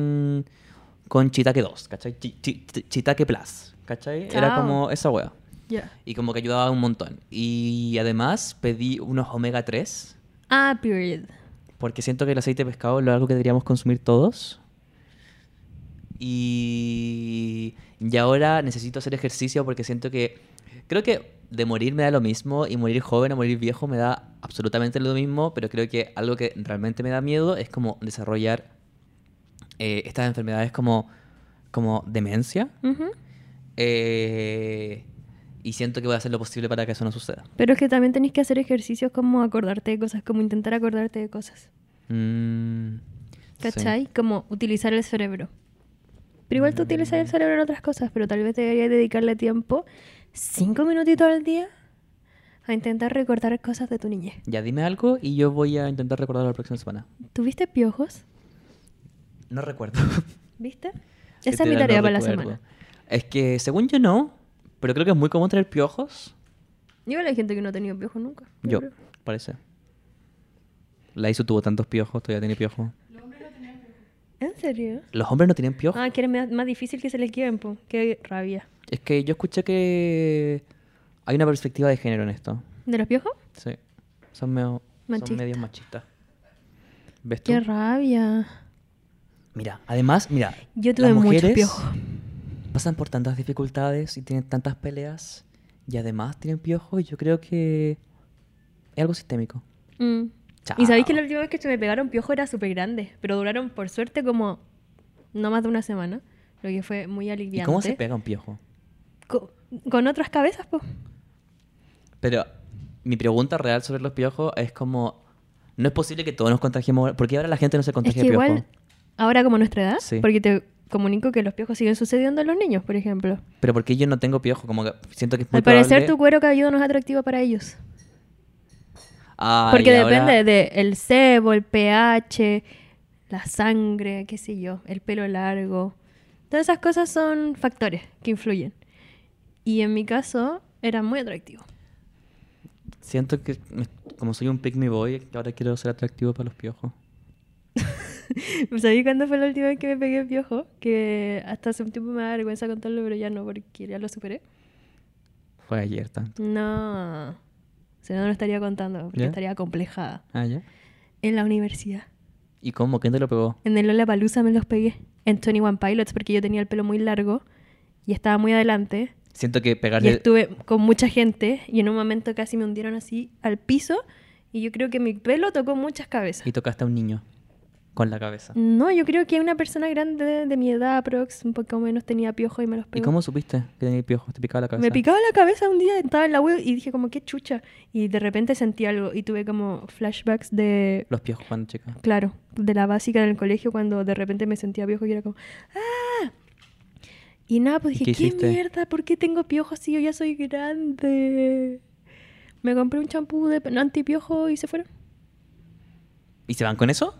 [SPEAKER 1] Con chitaque 2, ¿cachai? Chi- chi- chi- Chitaque Plus, ¿cachai? Era
[SPEAKER 2] Chao.
[SPEAKER 1] como esa wea.
[SPEAKER 2] Ya.
[SPEAKER 1] Y como que ayudaba un montón. Y además pedí unos omega 3.
[SPEAKER 2] Ah, period.
[SPEAKER 1] porque siento que el aceite de pescado es algo que deberíamos consumir todos. Y, y ahora necesito hacer ejercicio porque siento que creo que de morir me da lo mismo y morir joven o morir viejo me da absolutamente lo mismo, pero creo que algo que realmente me da miedo es como desarrollar eh, estas enfermedades como, como demencia.
[SPEAKER 2] Ujú.
[SPEAKER 1] Eh, y siento que voy a hacer lo posible para que eso no suceda.
[SPEAKER 2] Pero es que también tenés que hacer ejercicios como acordarte de cosas, como intentar acordarte de cosas.
[SPEAKER 1] Mm, sí.
[SPEAKER 2] ¿Cachai? Como utilizar el cerebro. Pero igual tú utilizas el cerebro en otras cosas, pero tal vez deberías dedicarle tiempo, cinco minutitos al día, a intentar recordar cosas de tu niñez.
[SPEAKER 1] Ya dime algo y yo voy a intentar recordarlo la próxima semana.
[SPEAKER 2] ¿Tuviste piojos?
[SPEAKER 1] No recuerdo.
[SPEAKER 2] ¿Viste? [laughs] Esa
[SPEAKER 1] Literal, Este
[SPEAKER 2] es mi
[SPEAKER 1] no
[SPEAKER 2] tarea para la
[SPEAKER 1] recuerdo.
[SPEAKER 2] semana.
[SPEAKER 1] Es que según yo no, pero creo que es muy común tener piojos.
[SPEAKER 2] Igual hay gente que no ha tenido piojos nunca.
[SPEAKER 1] Yo,
[SPEAKER 2] creo.
[SPEAKER 1] parece. La ISO tuvo tantos piojos, todavía tiene piojos.
[SPEAKER 2] ¿En serio?
[SPEAKER 1] Los hombres no tienen piojos.
[SPEAKER 2] Ah, que era más difícil que se les queden, po. Qué rabia.
[SPEAKER 1] Es que yo escuché que hay una perspectiva de género en esto.
[SPEAKER 2] ¿De los piojos?
[SPEAKER 1] Sí. Son, medio,
[SPEAKER 2] Machista.
[SPEAKER 1] son medios machistas. ¿Ves tú?
[SPEAKER 2] Qué rabia.
[SPEAKER 1] Mira, además, mira.
[SPEAKER 2] Yo tuve
[SPEAKER 1] las
[SPEAKER 2] muchos
[SPEAKER 1] mujeres
[SPEAKER 2] piojos.
[SPEAKER 1] Pasan por tantas dificultades y tienen tantas peleas y además tienen piojos y yo creo que es algo sistémico.
[SPEAKER 2] Mm.
[SPEAKER 1] Chao.
[SPEAKER 2] Y sabéis que la última vez que se me pegaron piojos era súper grande, pero duraron por suerte como no más de una semana, lo que fue
[SPEAKER 1] ¿Y
[SPEAKER 2] muy aliviante.
[SPEAKER 1] cómo se pega un piojo?
[SPEAKER 2] Co- con otras cabezas, pues.
[SPEAKER 1] Pero mi pregunta real sobre los piojos es como, no es posible que todos nos contagiemos, ahora? ¿por qué ahora la gente no se
[SPEAKER 2] Es
[SPEAKER 1] contagia
[SPEAKER 2] que
[SPEAKER 1] de piojo?
[SPEAKER 2] igual, ahora como nuestra edad,
[SPEAKER 1] Sí.
[SPEAKER 2] porque te comunico que los piojos siguen sucediendo en los niños, por ejemplo.
[SPEAKER 1] Pero porque yo no tengo piojo, como que siento que es muy
[SPEAKER 2] Al parecer
[SPEAKER 1] probable-
[SPEAKER 2] tu cuero cabelludo no es atractivo para ellos.
[SPEAKER 1] Ah,
[SPEAKER 2] Porque
[SPEAKER 1] y ahora-
[SPEAKER 2] depende del sebo, el pH, la sangre, qué sé yo, el pelo largo. Todas esas cosas son factores que influyen. Y en mi caso era muy atractivo. [laughs]
[SPEAKER 1] Siento que me- como soy un pick me boy, ahora quiero ser atractivo para los piojos.
[SPEAKER 2] ¿Sabéis cuándo fue la última vez que me pegué el piojo? Que hasta hace un tiempo me da vergüenza contarlo, pero ya no, porque ya lo superé.
[SPEAKER 1] Fue ayer tanto.
[SPEAKER 2] No. Si no, no lo estaría contando, porque
[SPEAKER 1] ¿Ya?
[SPEAKER 2] estaría complejada.
[SPEAKER 1] Ah, ya.
[SPEAKER 2] En la universidad.
[SPEAKER 1] ¿Y cómo? ¿Quién te lo pegó?
[SPEAKER 2] En el Lola Palusa me los pegué. En Tony One Pilots, porque yo tenía el pelo muy largo y estaba muy adelante.
[SPEAKER 1] Siento que
[SPEAKER 2] Y
[SPEAKER 1] pegarle...
[SPEAKER 2] estuve con mucha gente y en un momento casi me hundieron así al piso y yo creo que mi pelo tocó muchas cabezas.
[SPEAKER 1] Y tocaste a un niño con la cabeza.
[SPEAKER 2] No, yo creo que una persona grande de, de mi edad, aprox, un poco menos, tenía piojo y me los pegó.
[SPEAKER 1] ¿Y cómo supiste que tenía piojos? ¿Te picaba la cabeza?
[SPEAKER 2] Me picaba la cabeza un día, estaba en la web y dije como, qué chucha. Y de repente sentí algo y tuve como flashbacks de,
[SPEAKER 1] Los piojos cuando chica.
[SPEAKER 2] claro, de la básica en el colegio cuando de repente me sentía viejo y era como, ¡ah! Y nada, pues
[SPEAKER 1] ¿Qué
[SPEAKER 2] dije, ¿qué,
[SPEAKER 1] hiciste?
[SPEAKER 2] mierda? ¿Por qué tengo piojos si yo ya soy grande? Me compré un champú de pe- antipiojo y se fueron.
[SPEAKER 1] ¿Y se van con eso?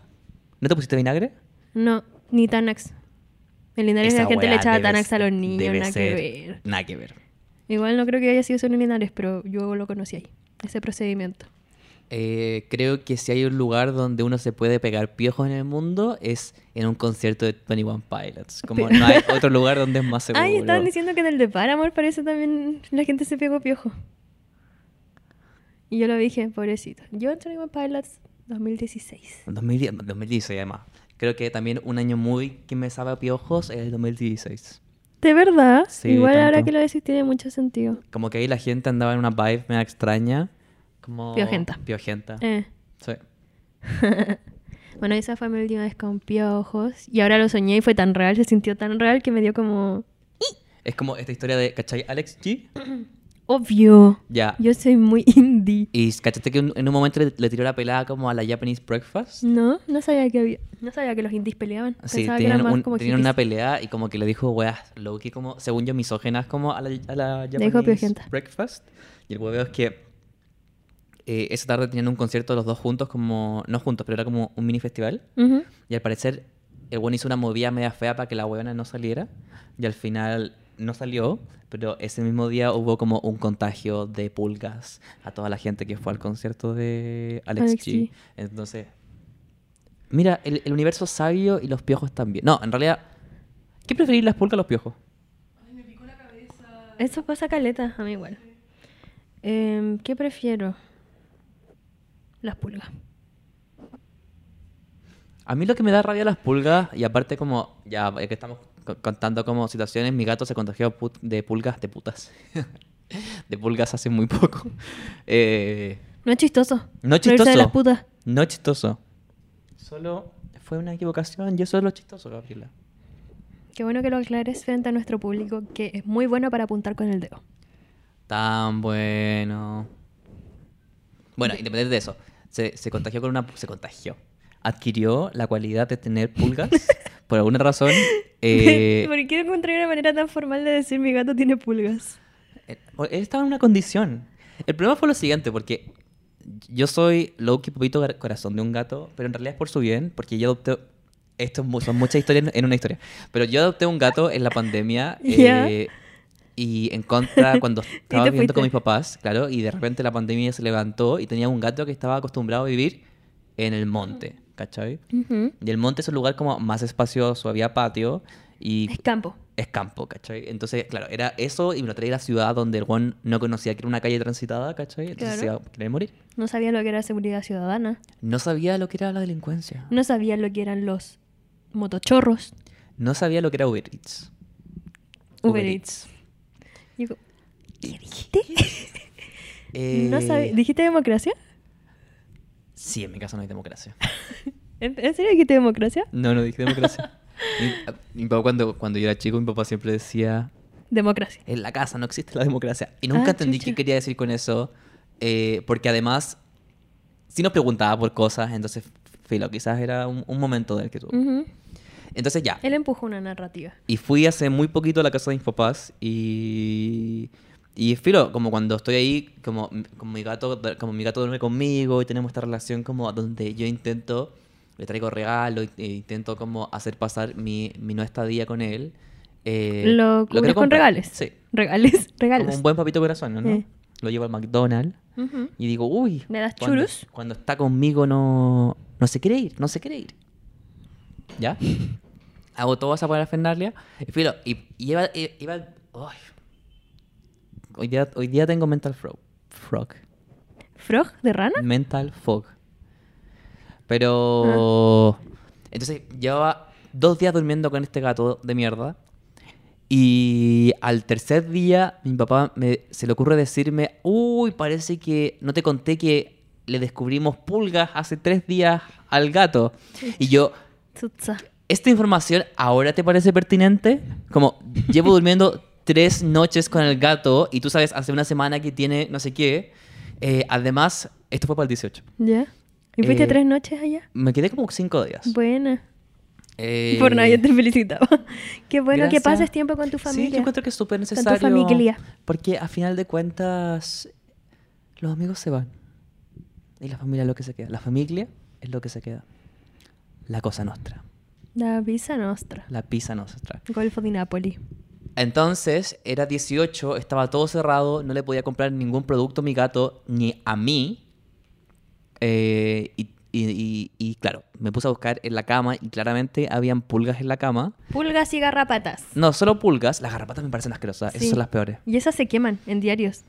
[SPEAKER 1] ¿No te pusiste vinagre?
[SPEAKER 2] No, ni Tanax. En Linares
[SPEAKER 1] Esa
[SPEAKER 2] la gente le
[SPEAKER 1] weá
[SPEAKER 2] echaba
[SPEAKER 1] debe
[SPEAKER 2] Tanax a los
[SPEAKER 1] ser-
[SPEAKER 2] niños,
[SPEAKER 1] debe
[SPEAKER 2] nada
[SPEAKER 1] ser-
[SPEAKER 2] que ver.
[SPEAKER 1] Nada que ver.
[SPEAKER 2] Igual no creo que haya sido solo en Linares, pero yo lo conocí ahí, ese procedimiento.
[SPEAKER 1] Eh, creo que si hay un lugar donde uno se puede pegar piojos en el mundo es en un concierto de 21 Pilots. Como
[SPEAKER 2] Pero-
[SPEAKER 1] no hay otro lugar donde es más seguro.
[SPEAKER 2] [laughs] Ay, estaban diciendo que en el de Paramore parece también la gente se pegó piojo. Y yo lo dije, pobrecito. Yo en Tony One Pilots 2016.
[SPEAKER 1] 2010, 2016 además. Creo que también un año muy que me sabe a piojos es el 2016.
[SPEAKER 2] De verdad,
[SPEAKER 1] Sí,
[SPEAKER 2] igual ahora
[SPEAKER 1] tanto.
[SPEAKER 2] que lo decís tiene mucho sentido.
[SPEAKER 1] Como que ahí la gente andaba en una vibe media extraña. Como...
[SPEAKER 2] Piojenta.
[SPEAKER 1] Piojenta.
[SPEAKER 2] Eh.
[SPEAKER 1] Sí.
[SPEAKER 2] Bueno, esa fue mi última vez con piojos. Y ahora lo soñé y fue tan real, se sintió tan real que me dio como...
[SPEAKER 1] Es como esta historia de, ¿cachai? Alex
[SPEAKER 2] [clears throat]
[SPEAKER 1] G.
[SPEAKER 2] Obvio.
[SPEAKER 1] Ya.
[SPEAKER 2] Yo soy muy [laughs] indie.
[SPEAKER 1] Y cachate que un- en un momento le, le tiró la pelada como a la Japanese Breakfast.
[SPEAKER 2] No, no sabía que había... No sabía que los indies peleaban.
[SPEAKER 1] Sí,
[SPEAKER 2] Mm, Pensaba que
[SPEAKER 1] tenían,
[SPEAKER 2] eran más
[SPEAKER 1] un-
[SPEAKER 2] como
[SPEAKER 1] tenían una
[SPEAKER 2] hippies.
[SPEAKER 1] pelea y como que le dijo weas Loki como, según yo, misógenas como a la, a la
[SPEAKER 2] Le dijo
[SPEAKER 1] Japanese
[SPEAKER 2] piojenta.
[SPEAKER 1] Breakfast. Y el hueveo es que eh, esa tarde tenían un concierto los dos juntos como, no juntos, pero era como un mini festival.
[SPEAKER 2] Ujú.
[SPEAKER 1] Y al parecer el weón hizo una movida media fea para que la weona no saliera. Y al final no salió, pero ese mismo día hubo como un contagio de pulgas a toda la gente que fue al concierto de Alex,
[SPEAKER 2] Alex
[SPEAKER 1] G.
[SPEAKER 2] G.
[SPEAKER 1] Entonces, mira, el, el universo es sabio y los piojos también. No, en realidad, ¿qué preferís las pulgas o los piojos?
[SPEAKER 2] Eso pasa caleta, a mí igual. Em, ¿Qué prefiero? Las pulgas.
[SPEAKER 1] A mí lo que me da rabia las pulgas, y aparte como, ya que estamos co- contando como situaciones, mi gato se contagió put- de pulgas, de putas. [laughs] de pulgas hace muy poco. [laughs] Eh,
[SPEAKER 2] No es chistoso.
[SPEAKER 1] no es
[SPEAKER 2] Reírse
[SPEAKER 1] chistoso.
[SPEAKER 2] de las putas.
[SPEAKER 1] No es chistoso. Solo fue una equivocación y eso es lo chistoso, Gabriela.
[SPEAKER 2] Qué bueno que lo aclares frente a nuestro público, que es muy bueno para apuntar con el dedo.
[SPEAKER 1] Tan bueno. Bueno, independiente de eso, se, se contagió con una... Se contagió. Adquirió la cualidad de tener pulgas. Por alguna razón... eh,
[SPEAKER 2] [laughs] ¿Por qué encontré una manera tan formal de decir mi gato tiene pulgas?
[SPEAKER 1] Él Eh, él estaba en una condición. El problema fue lo siguiente, porque yo soy Loki Popito gar- Corazón de un gato, pero en realidad es por su bien, porque yo adopté... Esto es mu- son muchas historias en una historia. Pero yo adopté un gato en la pandemia
[SPEAKER 2] [laughs] Ya.
[SPEAKER 1] eh, y en contra
[SPEAKER 2] [laughs]
[SPEAKER 1] cuando estaba
[SPEAKER 2] te
[SPEAKER 1] viviendo con mis
[SPEAKER 2] fuiste.
[SPEAKER 1] papás, claro, y de repente la pandemia se levantó y tenía un gato que estaba acostumbrado a vivir en el monte,
[SPEAKER 2] Ah.
[SPEAKER 1] ¿cachai? Y el monte es un lugar como más espacioso, había patio y
[SPEAKER 2] Es campo.
[SPEAKER 1] es campo, ¿cachai? Entonces, claro, era eso y me lo traía a la ciudad donde el guan no conocía que era una calle transitada, ¿cachai? Entonces
[SPEAKER 2] Claro.
[SPEAKER 1] se iba a querer morir.
[SPEAKER 2] No sabía lo que era seguridad ciudadana.
[SPEAKER 1] No sabía lo que era la delincuencia.
[SPEAKER 2] No sabía lo que eran los motochorros.
[SPEAKER 1] No sabía lo que era Uber Eats.
[SPEAKER 2] Uber Eats. Y digo, ¿Qué dijiste?
[SPEAKER 1] Eh,
[SPEAKER 2] No sabía- ¿Dijiste democracia?
[SPEAKER 1] Sí, en mi caso no hay democracia.
[SPEAKER 2] ¿En, en serio dijiste democracia?
[SPEAKER 1] No, no dije
[SPEAKER 2] [laughs]
[SPEAKER 1] democracia. mi, mi papá cuando, cuando yo era chico, mi papá siempre decía,
[SPEAKER 2] Democracia.
[SPEAKER 1] en la casa no existe la democracia. Y nunca
[SPEAKER 2] Ah,
[SPEAKER 1] entendí qué
[SPEAKER 2] chucha.
[SPEAKER 1] quería decir con eso, eh, porque además, si nos preguntaba por cosas, entonces, filo, quizás era un, un momento del que tuvo.
[SPEAKER 2] Ujú.
[SPEAKER 1] Entonces ya,
[SPEAKER 2] Él empujó una narrativa.
[SPEAKER 1] Y fui hace muy poquito a la casa de mis papás y... Y filo, como cuando estoy ahí, como, como, mi gato, como mi gato duerme conmigo y tenemos esta relación como donde yo intento, le traigo regalo, e intento como hacer pasar mi, mi no estadía con él. eh,
[SPEAKER 2] lo
[SPEAKER 1] quiero
[SPEAKER 2] cubres con
[SPEAKER 1] comprar.
[SPEAKER 2] regales.
[SPEAKER 1] Sí.
[SPEAKER 2] Regales,
[SPEAKER 1] [laughs]
[SPEAKER 2] regalos.
[SPEAKER 1] Como un buen papito corazón, ¿no?
[SPEAKER 2] Eh.
[SPEAKER 1] Lo llevo al McDonald's
[SPEAKER 2] Ujú.
[SPEAKER 1] y digo, uy.
[SPEAKER 2] ¿Le das
[SPEAKER 1] cuando-
[SPEAKER 2] churros?
[SPEAKER 1] Cuando está conmigo no, no se quiere ir, no se quiere ir.
[SPEAKER 2] [laughs]
[SPEAKER 1] ¿Ya? Hago toda esa parafernalia. Y filo, y, y iba... i- iba ay. Hoy, día, hoy día tengo mental frog. frog.
[SPEAKER 2] ¿Frog de rana?
[SPEAKER 1] Mental fog. Pero... Entonces llevaba dos días durmiendo con este gato de mierda. Y al tercer día, mi papá me- se le ocurre decirme, uy, parece que no te conté que le descubrimos pulgas hace tres días al gato. Y yo,
[SPEAKER 2] Tsutsa.
[SPEAKER 1] ¿esta información ahora te parece pertinente? Como, llevo durmiendo tres noches con el gato y tú sabes, hace una semana que tiene no sé qué. Eh, además, esto fue para el 18.
[SPEAKER 2] ¿Ya? ¿Y fuiste
[SPEAKER 1] Eh,
[SPEAKER 2] tres noches allá?
[SPEAKER 1] Me quedé como cinco días.
[SPEAKER 2] Buena.
[SPEAKER 1] Eh,
[SPEAKER 2] Por nadie te felicitaba. [laughs] Qué bueno que
[SPEAKER 1] Gracias.
[SPEAKER 2] pases tiempo con tu
[SPEAKER 1] Sí,
[SPEAKER 2] familia.
[SPEAKER 1] yo encuentro que es súper
[SPEAKER 2] Con tu
[SPEAKER 1] necesario.
[SPEAKER 2] familia.
[SPEAKER 1] Porque a final de cuentas, los amigos se van. Y la familia es lo que se queda. La familia es lo que se queda. La cosa nostra.
[SPEAKER 2] La visa nostra.
[SPEAKER 1] La pizza nostra.
[SPEAKER 2] Golfo di Napoli.
[SPEAKER 1] Entonces, era 18, estaba todo cerrado, no le podía comprar ningún producto a mi gato, ni a mí. Eh, y, y- y- y claro, me puse a buscar en la cama y claramente habían pulgas en la cama.
[SPEAKER 2] Pulgas y garrapatas.
[SPEAKER 1] No, solo pulgas. Las garrapatas me parecen asquerosas. Esas
[SPEAKER 2] Sí.
[SPEAKER 1] son las peores.
[SPEAKER 2] Y esas se queman en diarios.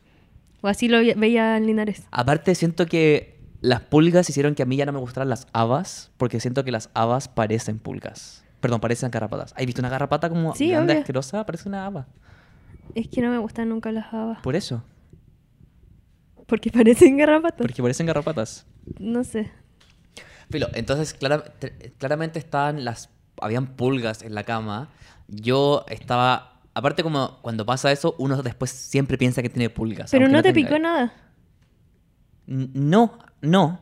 [SPEAKER 2] O así lo ve- veía en Linares.
[SPEAKER 1] Aparte, siento que las pulgas hicieron que a mí ya no me gustaran las habas, porque siento que las habas parecen pulgas. Perdón, parecen garrapatas. ¿Has visto una garrapata como
[SPEAKER 2] Sí,
[SPEAKER 1] grande,
[SPEAKER 2] obvio.
[SPEAKER 1] asquerosa? Parece una haba.
[SPEAKER 2] Es que no me gustan nunca las habas.
[SPEAKER 1] Por eso.
[SPEAKER 2] Porque [laughs] parecen garrapatas.
[SPEAKER 1] Porque parecen garrapatas.
[SPEAKER 2] No sé.
[SPEAKER 1] Filo, entonces clara- te- claramente estaban las... Habían pulgas en la cama. Yo estaba... Aparte, como cuando pasa eso, uno después siempre piensa que tiene pulgas.
[SPEAKER 2] Pero
[SPEAKER 1] aunque
[SPEAKER 2] no te
[SPEAKER 1] tenga.
[SPEAKER 2] picó nada.
[SPEAKER 1] N- No, no.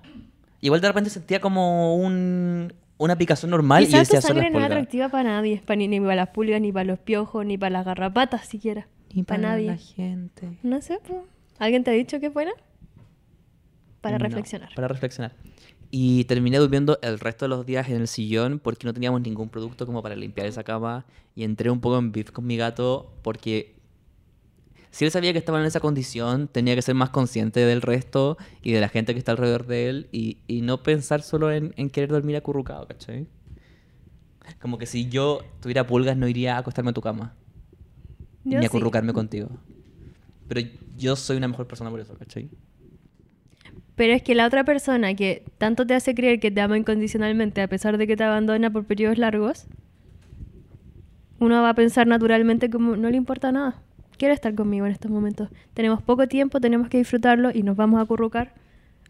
[SPEAKER 1] Igual de repente sentía como un, una picazón normal y yo
[SPEAKER 2] Quizás tu
[SPEAKER 1] decía, son las
[SPEAKER 2] sangre no es
[SPEAKER 1] pulgas.
[SPEAKER 2] atractiva para nadie. Pa' ni, ni para las pulgas, ni para los piojos, ni para las garrapatas siquiera.
[SPEAKER 1] Ni
[SPEAKER 2] para nadie.
[SPEAKER 1] la gente.
[SPEAKER 2] No sé. po. ¿Alguien te ha dicho que es buena? Para
[SPEAKER 1] No,
[SPEAKER 2] reflexionar.
[SPEAKER 1] Para reflexionar. Y terminé durmiendo el resto de los días en el sillón porque no teníamos ningún producto como para limpiar esa cama. Y entré un poco en beef con mi gato porque si él sabía que estaba en esa condición, tenía que ser más consciente del resto y de la gente que está alrededor de él y, y no pensar solo en, en querer dormir acurrucado, ¿cachai? Como que si yo tuviera pulgas no iría a acostarme a tu cama
[SPEAKER 2] Yo
[SPEAKER 1] ni
[SPEAKER 2] sí.
[SPEAKER 1] acurrucarme contigo. Pero yo soy una mejor persona por eso, ¿cachai?
[SPEAKER 2] Pero es que la otra persona que tanto te hace creer que te ama incondicionalmente a pesar de que te abandona por periodos largos, uno va a pensar naturalmente como no le importa nada. Quiere estar conmigo en estos momentos. Tenemos poco tiempo, tenemos que disfrutarlo y nos vamos a acurrucar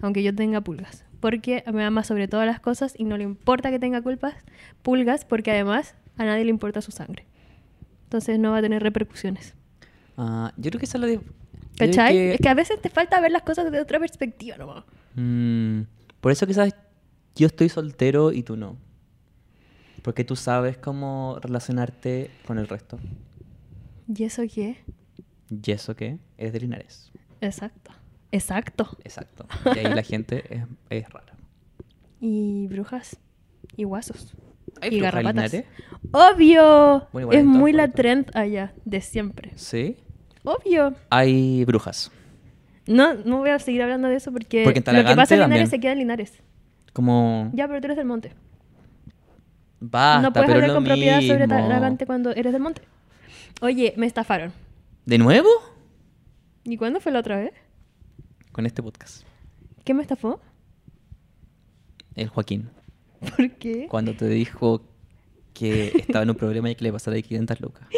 [SPEAKER 2] aunque yo tenga pulgas. Porque me ama sobre todas las cosas y no le importa que tenga culpas, pulgas, porque además a nadie le importa su sangre. Entonces no va a tener repercusiones.
[SPEAKER 1] Ah, yo creo que esa es la... dif- yo creo
[SPEAKER 2] ¿Cachai?
[SPEAKER 1] que-
[SPEAKER 2] Es que a veces te falta ver las cosas desde otra perspectiva nomás.
[SPEAKER 1] Mm, por eso quizás yo estoy soltero y tú no. Porque tú sabes cómo relacionarte con el resto.
[SPEAKER 2] ¿Y eso qué?
[SPEAKER 1] Y eso que eres de Linares.
[SPEAKER 2] Exacto. Exacto.
[SPEAKER 1] Exacto. Y ahí
[SPEAKER 2] [laughs]
[SPEAKER 1] la gente es, es rara.
[SPEAKER 2] Y brujas. Y guasos.
[SPEAKER 1] ¿Hay brujas
[SPEAKER 2] y
[SPEAKER 1] en
[SPEAKER 2] garrapatas.
[SPEAKER 1] Linares?
[SPEAKER 2] ¡Obvio!
[SPEAKER 1] Bueno, igual
[SPEAKER 2] es
[SPEAKER 1] en todas
[SPEAKER 2] muy la
[SPEAKER 1] partes.
[SPEAKER 2] trend allá, de siempre.
[SPEAKER 1] Sí.
[SPEAKER 2] ¡Obvio!
[SPEAKER 1] Hay brujas.
[SPEAKER 2] No, no voy a seguir hablando de eso porque,
[SPEAKER 1] Porque en
[SPEAKER 2] lo que
[SPEAKER 1] Talagante
[SPEAKER 2] pasa en Linares
[SPEAKER 1] también.
[SPEAKER 2] se queda en Linares.
[SPEAKER 1] Como.
[SPEAKER 2] Ya, pero tú eres del monte.
[SPEAKER 1] Basta,
[SPEAKER 2] no puedes
[SPEAKER 1] Ah, pero es
[SPEAKER 2] hablar
[SPEAKER 1] lo
[SPEAKER 2] con propiedad sobre
[SPEAKER 1] mismo.
[SPEAKER 2] Talagante cuando eres del monte. Oye, me estafaron.
[SPEAKER 1] ¿De nuevo?
[SPEAKER 2] ¿Y cuándo fue la otra vez?
[SPEAKER 1] Con este podcast.
[SPEAKER 2] ¿Qué me estafó? [laughs]
[SPEAKER 1] El Joaquín.
[SPEAKER 2] ¿Por qué?
[SPEAKER 1] Cuando te dijo que estaba en un problema y que le pasara de 500
[SPEAKER 2] [gasps]
[SPEAKER 1] lucas.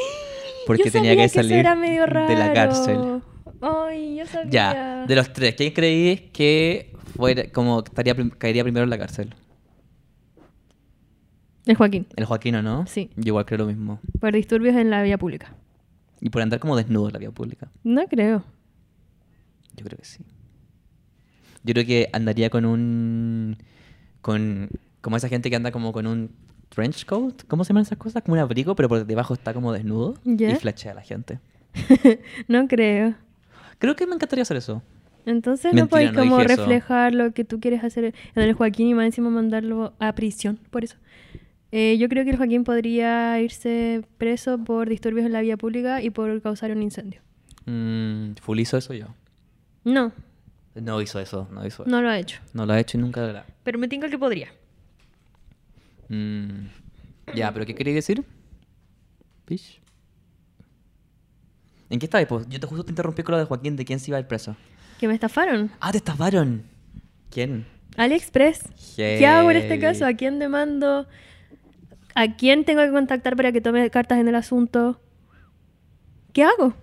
[SPEAKER 1] Porque
[SPEAKER 2] Yo
[SPEAKER 1] tenía
[SPEAKER 2] sabía
[SPEAKER 1] que salir
[SPEAKER 2] eso era medio
[SPEAKER 1] de la
[SPEAKER 2] raro.
[SPEAKER 1] cárcel.
[SPEAKER 2] Ay, yo sabía.
[SPEAKER 1] Ya, de los tres, ¿quién creís que fuera, como que estaría, prim- caería primero en la cárcel?
[SPEAKER 2] El Joaquín,
[SPEAKER 1] El Joaquino, ¿no?
[SPEAKER 2] Sí.
[SPEAKER 1] Yo igual creo lo mismo.
[SPEAKER 2] por disturbios en la vía pública.
[SPEAKER 1] Y por andar como desnudo en la vía pública.
[SPEAKER 2] No creo.
[SPEAKER 1] Yo creo que sí. Yo creo que andaría con un... Con... Como esa gente que anda como con un trench coat. ¿Cómo se llaman esas cosas? Como un abrigo, pero por debajo está como desnudo.
[SPEAKER 2] Ya.
[SPEAKER 1] Y flashea a la gente.
[SPEAKER 2] [laughs] no creo.
[SPEAKER 1] Creo que me encantaría hacer eso.
[SPEAKER 2] Entonces no
[SPEAKER 1] Mentira,
[SPEAKER 2] podéis
[SPEAKER 1] no
[SPEAKER 2] como
[SPEAKER 1] dije eso.
[SPEAKER 2] reflejar lo que tú quieres hacer en el Joaquín y más encima mandarlo a prisión, por eso. Eh, yo creo que el Joaquín podría irse preso por disturbios en la vía pública y por causar un incendio.
[SPEAKER 1] Mm, full hizo eso yo.
[SPEAKER 2] No,
[SPEAKER 1] No hizo eso, no hizo eso. No,
[SPEAKER 2] no lo ha hecho.
[SPEAKER 1] lo ha hecho y nunca lo hará.
[SPEAKER 2] Pero me tengo que podría.
[SPEAKER 1] Mm, Ya, pero ¿qué quería decir? Pish. ¿En qué estabas? Pues yo te justo te interrumpí con lo de Joaquín, de quién se iba el preso.
[SPEAKER 2] Que me estafaron.
[SPEAKER 1] Ah, te estafaron. ¿Quién?
[SPEAKER 2] AliExpress. ¿Qué hago en este
[SPEAKER 1] Heavy.
[SPEAKER 2] caso? ¿A quién demando? ¿A quién tengo que contactar para que tome cartas en el asunto? ¿Qué hago?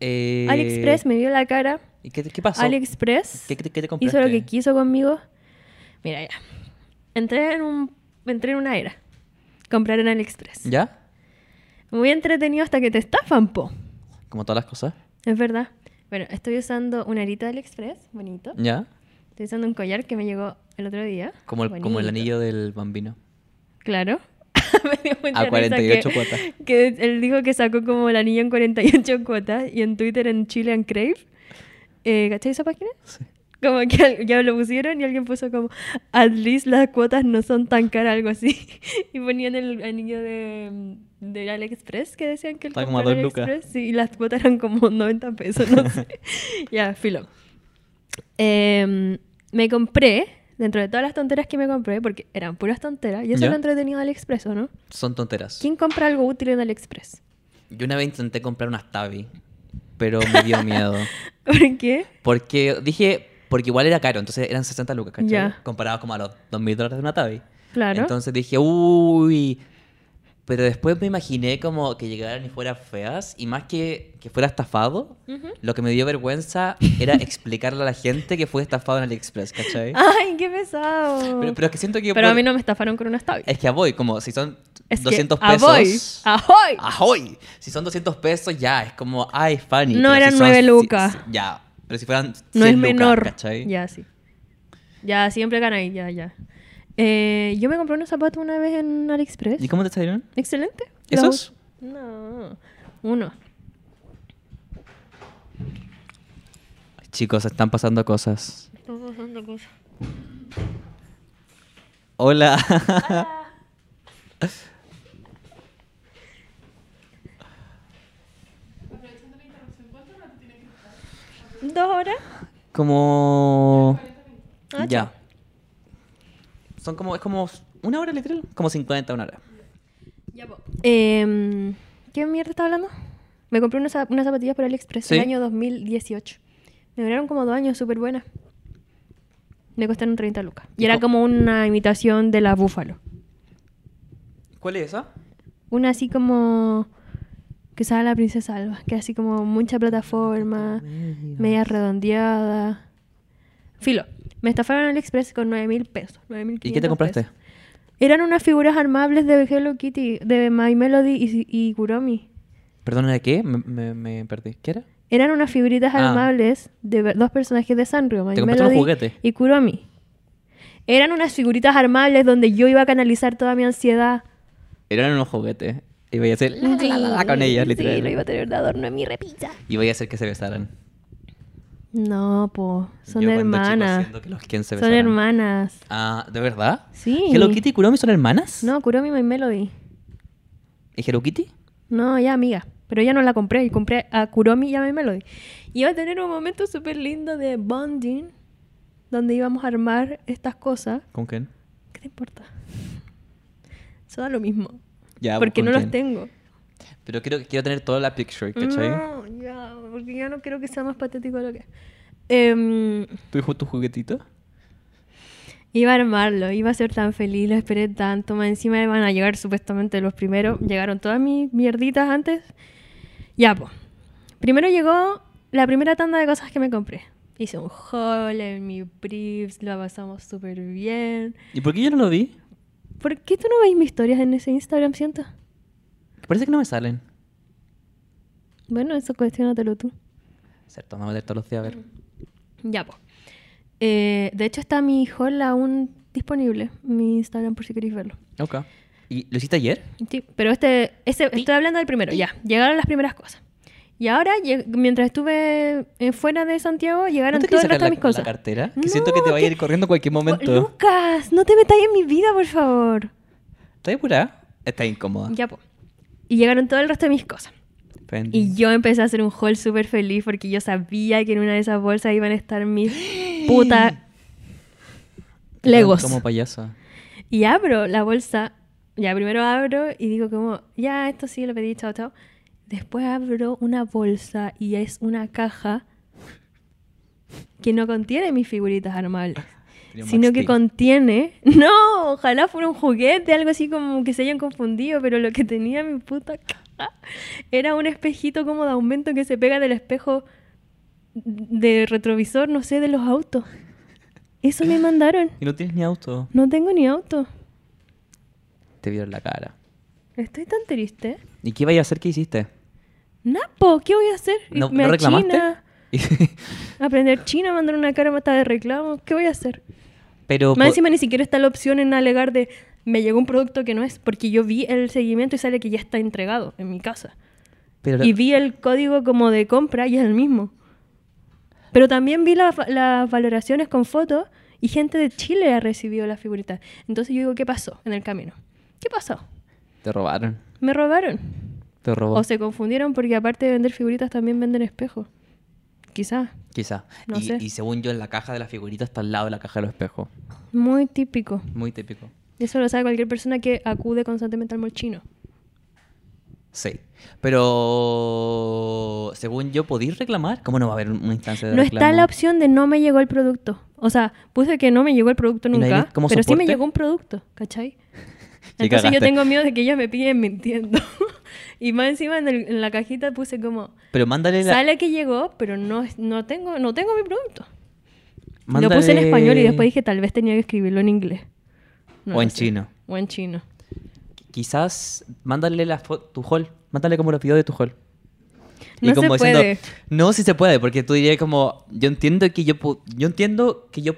[SPEAKER 1] Eh,
[SPEAKER 2] AliExpress me vio la cara.
[SPEAKER 1] ¿Y qué, qué pasó?
[SPEAKER 2] AliExpress
[SPEAKER 1] ¿Qué, qué- qué te compraste?
[SPEAKER 2] hizo lo que quiso conmigo. Mira, ya. Entré en, un, entré en una era. Comprar en AliExpress.
[SPEAKER 1] ¿Ya?
[SPEAKER 2] Muy entretenido hasta que te estafan, po.
[SPEAKER 1] Como todas las cosas.
[SPEAKER 2] Es verdad. Bueno, estoy usando una arita de AliExpress. Bonito.
[SPEAKER 1] ¿Ya?
[SPEAKER 2] Estoy usando un collar que me llegó el otro día.
[SPEAKER 1] Como el, como el
[SPEAKER 2] Bonito.
[SPEAKER 1] anillo del bambino.
[SPEAKER 2] Claro. [laughs] me dio mucha
[SPEAKER 1] A
[SPEAKER 2] risa
[SPEAKER 1] 48
[SPEAKER 2] que,
[SPEAKER 1] cuotas.
[SPEAKER 2] Que él dijo que sacó como el anillo en 48 cuotas y en Twitter en Chile and Crave. Eh, ¿Cachai esa página?
[SPEAKER 1] Sí.
[SPEAKER 2] Como que al- ya lo pusieron y alguien puso como, at least las cuotas no son tan caras, algo así. [laughs] Y ponían el anillo de, de AliExpress que decían que el
[SPEAKER 1] Estaba como a dos lucas.
[SPEAKER 2] Sí, y las cuotas eran como 90
[SPEAKER 1] [laughs]
[SPEAKER 2] pesos, no sé. ya, filo. Em, me compré, dentro de todas las tonteras que me compré, porque eran puras tonteras, y eso
[SPEAKER 1] Ya.
[SPEAKER 2] lo entretenido de AliExpress, ¿o no?
[SPEAKER 1] Son tonteras.
[SPEAKER 2] ¿Quién compra algo útil en AliExpress?
[SPEAKER 1] Yo una vez intenté comprar unas Tabi, pero me dio miedo.
[SPEAKER 2] [laughs] [laughs] ¿Por qué?
[SPEAKER 1] Porque dije, porque igual era caro, entonces eran 60 lucas, ¿cachai?
[SPEAKER 2] Ya.
[SPEAKER 1] Comparado como a los 2.000 dólares de una Tabi.
[SPEAKER 2] Claro.
[SPEAKER 1] Entonces dije, uy. Pero después me imaginé como que llegaran y fueran feas, y más que que fuera estafado, lo que me dio vergüenza era explicarle a la gente que fue estafado en AliExpress, ¿cachai?
[SPEAKER 2] Ay, qué pesado.
[SPEAKER 1] Pero, pero es que siento que... yo
[SPEAKER 2] Ah. Pero a
[SPEAKER 1] puedo-
[SPEAKER 2] mí no me estafaron con una tabla.
[SPEAKER 1] Es que a voy, como si son
[SPEAKER 2] Es que,
[SPEAKER 1] 200
[SPEAKER 2] a
[SPEAKER 1] pesos... Ah,
[SPEAKER 2] voy, a voy.
[SPEAKER 1] ¡Ahoy! Si son 200 pesos, ya, es como, ay, Fanny.
[SPEAKER 2] No
[SPEAKER 1] pero
[SPEAKER 2] eran
[SPEAKER 1] son-
[SPEAKER 2] nueve
[SPEAKER 1] si-
[SPEAKER 2] lucas.
[SPEAKER 1] si- ya, pero si fueran 100
[SPEAKER 2] No es
[SPEAKER 1] lucas,
[SPEAKER 2] menor.
[SPEAKER 1] ¿cachai?
[SPEAKER 2] Ya, sí. Ya, siempre ganáis, ya, ya. Eh, yo me compré unos zapatos una vez en AliExpress.
[SPEAKER 1] ¿Y cómo te salieron?
[SPEAKER 2] Excelente. Los
[SPEAKER 1] ¿Esos?
[SPEAKER 2] us- No, uno.
[SPEAKER 1] Chicos, están pasando cosas. Hola. [laughs]
[SPEAKER 2] ¿Dos horas?
[SPEAKER 1] como...
[SPEAKER 2] Ah,
[SPEAKER 1] ya. Son como, es como una hora literal, como 50, una hora.
[SPEAKER 2] Em, ¿Qué mierda está hablando? Me compré unas, zap- unas zapatillas por AliExpress
[SPEAKER 1] Sí.
[SPEAKER 2] en el año 2018. Me duraron como dos años, súper buenas. Me costaron 30 lucas. Y
[SPEAKER 1] ¿Y
[SPEAKER 2] era
[SPEAKER 1] co-
[SPEAKER 2] como una imitación de la búfalo.
[SPEAKER 1] ¿Cuál es esa?
[SPEAKER 2] Una así como... Que sale la princesa Alba. Que era así como mucha plataforma. Media redondeada. Filo. Me estafaron en AliExpress con 9 mil pesos. 9.500
[SPEAKER 1] ¿Y qué te compraste?
[SPEAKER 2] pesos. Eran unas figuras armables de Hello Kitty, de My Melody y, y Kuromi.
[SPEAKER 1] Perdona, ¿de qué? Me, me- me perdí. ¿Qué era?
[SPEAKER 2] Eran unas figuritas
[SPEAKER 1] Ah.
[SPEAKER 2] armables de ver- dos personajes de Sanrio, My
[SPEAKER 1] Te compraste un
[SPEAKER 2] Melody
[SPEAKER 1] juguete.
[SPEAKER 2] y Kuromi. Eran unas figuritas armables donde yo iba a canalizar toda mi ansiedad.
[SPEAKER 1] Eran unos juguetes. Y voy a hacer la, la, la, la con ellas,
[SPEAKER 2] Sí, lo iba a
[SPEAKER 1] literalmente.
[SPEAKER 2] tener de adorno en mi repisa.
[SPEAKER 1] Y voy a hacer que se besaran.
[SPEAKER 2] No, po, son
[SPEAKER 1] Yo cuando chico
[SPEAKER 2] hermanas.
[SPEAKER 1] siento que los Ken se
[SPEAKER 2] Son
[SPEAKER 1] besaran.
[SPEAKER 2] hermanas.
[SPEAKER 1] Ah, ¿de verdad?
[SPEAKER 2] Sí.
[SPEAKER 1] ¿Hello Kitty y Kuromi son hermanas?
[SPEAKER 2] No, Kuromi My Melody.
[SPEAKER 1] ¿Y Hello Kitty?
[SPEAKER 2] No, ya amiga. Pero ya no la compré. Y compré a Kuromi y a My Melody. Y iba a tener un momento súper lindo de bonding. Donde íbamos a armar estas cosas.
[SPEAKER 1] ¿Con Ken?
[SPEAKER 2] ¿Qué te importa? Eso da lo mismo.
[SPEAKER 1] Ya, pues,
[SPEAKER 2] porque
[SPEAKER 1] ¿con
[SPEAKER 2] no
[SPEAKER 1] quién?
[SPEAKER 2] los tengo.
[SPEAKER 1] Pero quiero, quiero tener toda la picture, ¿cachai?
[SPEAKER 2] No, ya, porque ya no quiero que sea más patético de lo que es. Em,
[SPEAKER 1] ¿Tu hijo, tu juguetito?
[SPEAKER 2] iba a armarlo, iba a ser tan feliz, lo esperé tanto. Más encima iban a llegar supuestamente los primeros. Llegaron todas mis mierditas antes. Ya, pues. Primero llegó la primera tanda de cosas que me compré. Hice un haul en mi briefs, lo pasamos súper bien.
[SPEAKER 1] ¿Y por qué yo no lo vi?
[SPEAKER 2] ¿Por qué tú no veis mis historias en ese Instagram, siento?
[SPEAKER 1] Parece que no me salen.
[SPEAKER 2] Bueno, eso cuestionatelo tú.
[SPEAKER 1] Cierto, me voy a meter todos los días a ver.
[SPEAKER 2] Mm. Ya, pues. Eh, de hecho, está mi haul aún disponible en mi Instagram por si queréis verlo.
[SPEAKER 1] Ok. ¿Y lo hiciste ayer?
[SPEAKER 2] Sí, pero este, ese, estoy hablando del primero, ya. Llegaron las primeras cosas. Y ahora, lleg- mientras estuve eh, fuera de Santiago, llegaron
[SPEAKER 1] te
[SPEAKER 2] todo
[SPEAKER 1] querías sacar la,
[SPEAKER 2] el resto de mis cosas.
[SPEAKER 1] la cartera? Que siento que te va a ir corriendo en cualquier momento.
[SPEAKER 2] Lucas, no te metáis en mi vida, por favor.
[SPEAKER 1] ¿Estás apurada? Está incómoda.
[SPEAKER 2] Ya, pues. Y llegaron todo el resto de mis cosas.
[SPEAKER 1] Fendi.
[SPEAKER 2] Y yo empecé a hacer un haul súper feliz porque yo sabía que en una de esas bolsas iban a
[SPEAKER 1] [gasps]
[SPEAKER 2] estar mis puta
[SPEAKER 1] Te quedan
[SPEAKER 2] Legos.
[SPEAKER 1] Como payaso.
[SPEAKER 2] [laughs] Y abro la bolsa. Ya primero abro y digo como, ya, esto sí lo pedí, chao, chao. Después abro una bolsa y es una caja que no contiene mis figuritas armables.
[SPEAKER 1] Tenía un
[SPEAKER 2] Sino
[SPEAKER 1] Max
[SPEAKER 2] que
[SPEAKER 1] Steel.
[SPEAKER 2] contiene... [laughs] No, ojalá fuera un juguete, algo así como que se hayan confundido, pero lo que tenía mi puta caja era un espejito como de aumento que se pega del espejo de retrovisor, no sé, de los autos. Eso me mandaron.
[SPEAKER 1] Y no tienes ni auto.
[SPEAKER 2] No tengo ni auto.
[SPEAKER 1] Te vieron la cara.
[SPEAKER 2] Estoy tan triste.
[SPEAKER 1] ¿Y qué iba a hacer? ¿Qué hiciste?
[SPEAKER 2] Napo, ¿qué voy a hacer?
[SPEAKER 1] ¿No,
[SPEAKER 2] Irme
[SPEAKER 1] ¿no
[SPEAKER 2] a
[SPEAKER 1] reclamaste?
[SPEAKER 2] China, aprender chino, mandar una cara matada de reclamo. ¿Qué voy a hacer?
[SPEAKER 1] [laughs] Pero...
[SPEAKER 2] Más
[SPEAKER 1] po-
[SPEAKER 2] encima ni siquiera está la opción en alegar de me llegó un producto que no es, porque yo vi el seguimiento y sale que ya está entregado en mi casa.
[SPEAKER 1] pero-
[SPEAKER 2] Y vi el código como de compra y es el mismo. Pero también vi la fa- las valoraciones con fotos y gente de Chile ha recibido las figuritas. Entonces yo digo, ¿qué pasó en el camino? ¿Qué pasó?
[SPEAKER 1] Te robaron.
[SPEAKER 2] Me robaron.
[SPEAKER 1] Te robó.
[SPEAKER 2] O se confundieron porque aparte de vender figuritas también venden espejos. Quizás.
[SPEAKER 1] Quizá.
[SPEAKER 2] No
[SPEAKER 1] y,
[SPEAKER 2] sé.
[SPEAKER 1] y según yo, en la caja de las figuritas está al lado de la caja de los espejos.
[SPEAKER 2] Muy típico.
[SPEAKER 1] Muy típico.
[SPEAKER 2] Eso lo sabe cualquier persona que acude constantemente al mall chino.
[SPEAKER 1] Sí. Pero... Según yo, ¿podéis reclamar? ¿Cómo no va a haber una instancia de
[SPEAKER 2] No
[SPEAKER 1] reclamo?
[SPEAKER 2] está la opción de no me llegó el producto. O sea, puse que no me llegó el producto
[SPEAKER 1] ¿Y no hay
[SPEAKER 2] nunca,
[SPEAKER 1] como
[SPEAKER 2] pero sí me
[SPEAKER 1] soporte?
[SPEAKER 2] llegó un producto, ¿cachai?
[SPEAKER 1] Y
[SPEAKER 2] Entonces
[SPEAKER 1] cagaste.
[SPEAKER 2] yo tengo miedo de que ellos me pillen mintiendo. [laughs] y más encima en, el- en la cajita puse como,
[SPEAKER 1] Pero mándale la...
[SPEAKER 2] sale que llegó, pero no, es- no, tengo, no tengo mi producto.
[SPEAKER 1] mándale-
[SPEAKER 2] Lo puse en español y después dije, tal vez tenía que escribirlo en inglés.
[SPEAKER 1] O
[SPEAKER 2] lo
[SPEAKER 1] en
[SPEAKER 2] sé.
[SPEAKER 1] chino.
[SPEAKER 2] O en chino.
[SPEAKER 1] Quizás mándale la fo- tu haul. Mándale como los videos de tu haul.
[SPEAKER 2] No se puede.
[SPEAKER 1] no, sí se puede, porque tú dirías como, yo entiendo que yo, pu- yo entiendo que yo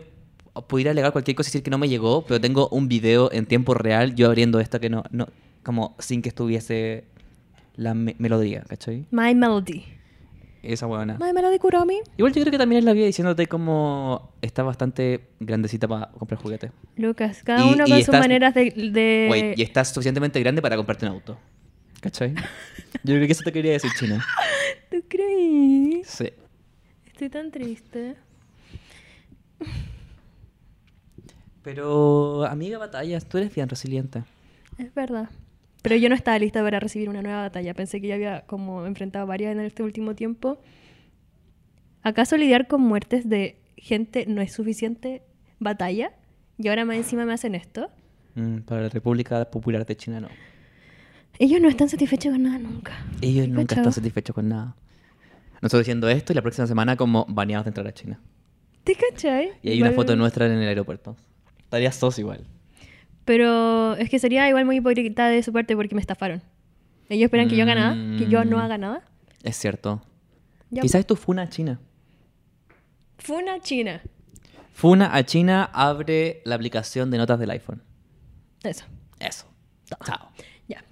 [SPEAKER 1] pudiera alegar cualquier cosa y decir que no me llegó, pero tengo un video en tiempo real yo abriendo esto que no, no como sin que estuviese la me- melodía, ¿cachai?
[SPEAKER 2] My Melody.
[SPEAKER 1] Esa buena.
[SPEAKER 2] My Melody Kuromi.
[SPEAKER 1] Igual yo creo que también es la vida diciéndote como está bastante grandecita para comprar juguetes.
[SPEAKER 2] Lucas, cada
[SPEAKER 1] Y-
[SPEAKER 2] uno
[SPEAKER 1] y
[SPEAKER 2] con sus
[SPEAKER 1] estás-
[SPEAKER 2] maneras de... de-
[SPEAKER 1] Güey, y estás suficientemente grande para comprarte un auto. ¿Cachai? Yo creo que eso te quería decir, China.
[SPEAKER 2] ¿Tú crees?
[SPEAKER 1] Sí.
[SPEAKER 2] Estoy tan triste.
[SPEAKER 1] Pero, amiga Batallas, tú eres bien resiliente.
[SPEAKER 2] Es verdad. Pero yo no estaba lista para recibir una nueva batalla. Pensé que ya había como enfrentado varias en este último tiempo. ¿Acaso lidiar con muertes de gente no es suficiente? batalla y ahora más encima me hacen esto.
[SPEAKER 1] Mm, para la República Popular de China no.
[SPEAKER 2] Ellos no están satisfechos con nada nunca.
[SPEAKER 1] Ellos
[SPEAKER 2] ¿Cachai?
[SPEAKER 1] nunca están satisfechos con nada. Nosotros diciendo esto y la próxima semana como baneados de entrar a China.
[SPEAKER 2] ¿Te cachai?
[SPEAKER 1] Y hay una
[SPEAKER 2] Igual-
[SPEAKER 1] foto nuestra en el aeropuerto. Estaría sos igual.
[SPEAKER 2] Pero es que sería igual muy hipócrita de su parte porque me estafaron. Ellos esperan que yo haga nada, que yo no
[SPEAKER 1] Mm.
[SPEAKER 2] haga nada.
[SPEAKER 1] Es cierto.
[SPEAKER 2] Ya,
[SPEAKER 1] Quizás esto fue una China.
[SPEAKER 2] Funa China.
[SPEAKER 1] Funa a China abre la aplicación de notas del iPhone.
[SPEAKER 2] Eso.
[SPEAKER 1] Eso. Chao.
[SPEAKER 2] Ya.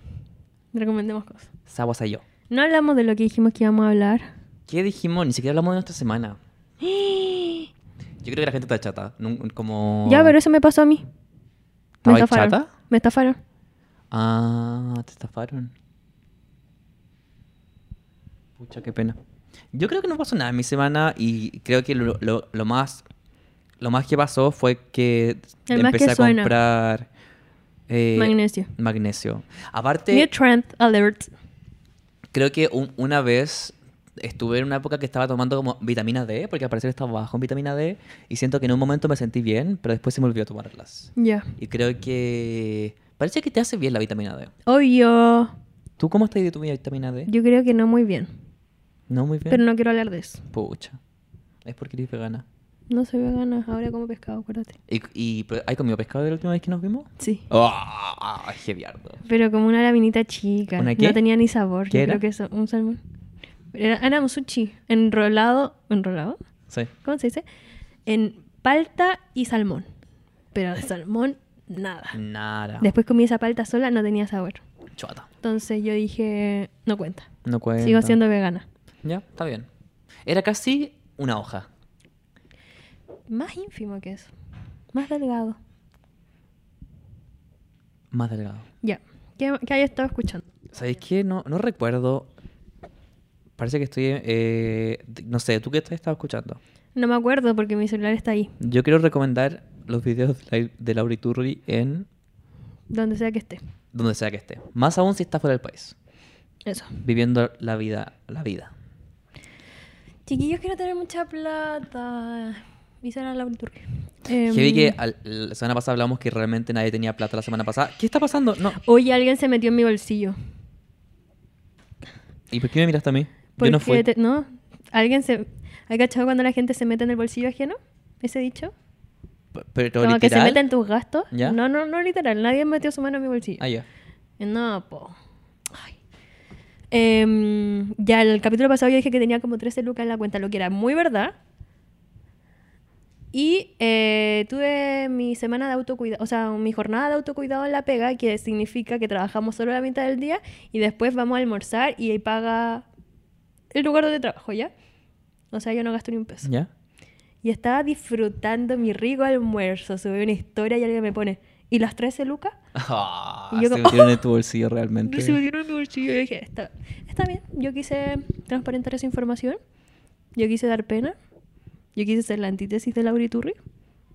[SPEAKER 2] Recomendemos cosas.
[SPEAKER 1] Sawas a yo.
[SPEAKER 2] No hablamos de lo que dijimos que íbamos a hablar.
[SPEAKER 1] ¿Qué dijimos? Ni siquiera hablamos de nuestra
[SPEAKER 2] [gasps]
[SPEAKER 1] semana. Yo creo que la gente está chata. Nun- Como...
[SPEAKER 2] Ya, pero eso me pasó a mí. Me
[SPEAKER 1] ¿Estabas
[SPEAKER 2] estafaron.
[SPEAKER 1] chata?
[SPEAKER 2] Me estafaron.
[SPEAKER 1] Ah, te estafaron. Pucha, qué pena. Yo creo que no pasó nada en mi semana y creo que lo, lo- lo más lo más que pasó fue que
[SPEAKER 2] El más
[SPEAKER 1] empecé
[SPEAKER 2] que
[SPEAKER 1] a
[SPEAKER 2] suena.
[SPEAKER 1] comprar eh,
[SPEAKER 2] Magnesio.
[SPEAKER 1] magnesio. Aparte,
[SPEAKER 2] New trend alert.
[SPEAKER 1] creo que un- una vez estuve en una época que estaba tomando como vitamina D, porque al parecer estaba bajo en vitamina D y siento que en un momento me sentí bien, pero después se me olvidó tomarlas.
[SPEAKER 2] Ya.
[SPEAKER 1] Y creo que parece que te hace bien la vitamina D.
[SPEAKER 2] Obvio.
[SPEAKER 1] ¿Tú cómo estás de tu vitamina D?
[SPEAKER 2] Yo creo que no muy bien.
[SPEAKER 1] No muy bien.
[SPEAKER 2] Pero no quiero hablar de eso.
[SPEAKER 1] Pucha. Es porque eres vegana.
[SPEAKER 2] No soy vegana, ahora como pescado, acuérdate.
[SPEAKER 1] ¿Y, y pero, hay comido pescado de la última vez que nos vimos?
[SPEAKER 2] Sí.
[SPEAKER 1] ¡Ah! ¡Qué ¡Geviardo!
[SPEAKER 2] Pero como una laminita chica.
[SPEAKER 1] ¿Una qué?
[SPEAKER 2] No tenía ni sabor.
[SPEAKER 1] ¿Qué
[SPEAKER 2] Yo
[SPEAKER 1] era?
[SPEAKER 2] creo que es un salmón. Era, era un sushi enrolado. ¿Enrolado?
[SPEAKER 1] Sí.
[SPEAKER 2] ¿Cómo se dice? En palta y salmón. Pero de salmón, nada.
[SPEAKER 1] Nada.
[SPEAKER 2] Después comí esa palta sola, no tenía sabor.
[SPEAKER 1] Chuata.
[SPEAKER 2] Entonces yo dije, no cuenta.
[SPEAKER 1] No cuenta.
[SPEAKER 2] Sigo siendo vegana.
[SPEAKER 1] Ya, está bien. Era casi una hoja.
[SPEAKER 2] Más ínfimo que eso. Más delgado.
[SPEAKER 1] Más delgado.
[SPEAKER 2] Ya. ¿Qué, qué haya estado escuchando?
[SPEAKER 1] ¿Sabéis qué? No, no recuerdo. Parece que estoy. eh, no sé, ¿tú qué estás estabas escuchando?
[SPEAKER 2] No me acuerdo porque mi celular está ahí.
[SPEAKER 1] Yo quiero recomendar los videos de, la, de Laura Iturri en
[SPEAKER 2] Donde sea que esté.
[SPEAKER 1] donde sea que esté. Más aún si está fuera del país.
[SPEAKER 2] Eso.
[SPEAKER 1] Viviendo la vida. La vida.
[SPEAKER 2] Chiquillos, quiero tener mucha plata. Y será la Iturri.
[SPEAKER 1] Heavy que
[SPEAKER 2] Em,
[SPEAKER 1] al- la semana pasada hablamos que realmente nadie tenía plata la semana pasada. ¿Qué está pasando? No.
[SPEAKER 2] Oye, alguien se metió en mi bolsillo.
[SPEAKER 1] ¿Y por qué me miraste a mí? Yo
[SPEAKER 2] Porque
[SPEAKER 1] no fui.
[SPEAKER 2] te- no, alguien se... ¿Hay cachado cuando la gente se mete en el bolsillo ajeno? ¿Ese dicho?
[SPEAKER 1] P- Pero
[SPEAKER 2] Como
[SPEAKER 1] literal.
[SPEAKER 2] que se mete en tus gastos.
[SPEAKER 1] ¿Ya?
[SPEAKER 2] No, no, no literal. Nadie metió su mano en mi bolsillo.
[SPEAKER 1] Ah, ya.
[SPEAKER 2] No, po. Ay. Em, ya el capítulo pasado yo dije que tenía como 13 lucas en la cuenta, lo que era muy verdad. Y eh, tuve mi semana de autocuidado, o sea, mi jornada de autocuidado en la pega, que significa que trabajamos solo la mitad del día y después vamos a almorzar y ahí paga el lugar donde trabajo, ¿ya? O sea, yo no gasto ni un peso.
[SPEAKER 1] ¿Ya?
[SPEAKER 2] Y estaba disfrutando mi rico almuerzo. Subí una historia y alguien me pone, ¿y las 13 lucas?
[SPEAKER 1] Ah,
[SPEAKER 2] Y
[SPEAKER 1] se
[SPEAKER 2] yo como-
[SPEAKER 1] metieron en tu bolsillo
[SPEAKER 2] [laughs]
[SPEAKER 1] realmente.
[SPEAKER 2] Se metieron en mi bolsillo. Yo dije, está, está bien. Yo quise transparentar esa información. Yo quise dar pena. Yo quise ser la antítesis de Laura Iturri.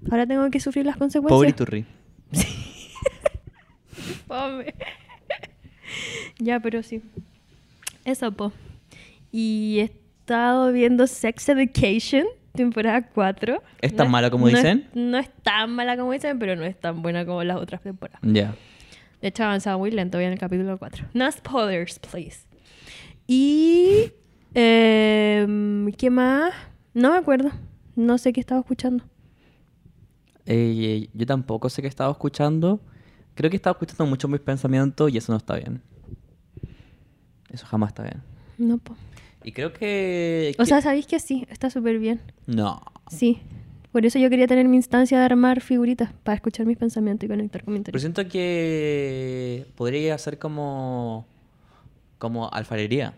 [SPEAKER 2] Ahora tengo que sufrir las consecuencias.
[SPEAKER 1] Pobre
[SPEAKER 2] [laughs]
[SPEAKER 1] Iturri.
[SPEAKER 2] Fome. [laughs] ya, pero sí. Eso, po. Y he estado viendo Sex Education, temporada 4.
[SPEAKER 1] ¿Es tan mala como
[SPEAKER 2] no es-
[SPEAKER 1] dicen?
[SPEAKER 2] no es tan mala como dicen, pero no es tan buena como las otras temporadas.
[SPEAKER 1] Ya.
[SPEAKER 2] De hecho, avanzaba muy lento, voy en el capítulo 4. No spoilers, please. Y... em, ¿Qué más? No me acuerdo. No sé qué estaba escuchando.
[SPEAKER 1] Eh, eh, yo tampoco sé qué estaba escuchando. Creo que estaba escuchando mucho mis pensamientos y eso no está bien. Eso jamás está bien.
[SPEAKER 2] No, po.
[SPEAKER 1] Y creo que.
[SPEAKER 2] O
[SPEAKER 1] que-
[SPEAKER 2] sea, ¿sabéis que sí? Está súper bien.
[SPEAKER 1] No.
[SPEAKER 2] Sí. Por eso yo quería tener mi instancia de armar figuritas para escuchar mis pensamientos y conectar con mi
[SPEAKER 1] Pero
[SPEAKER 2] interior.
[SPEAKER 1] siento que podría hacer como. como alfarería.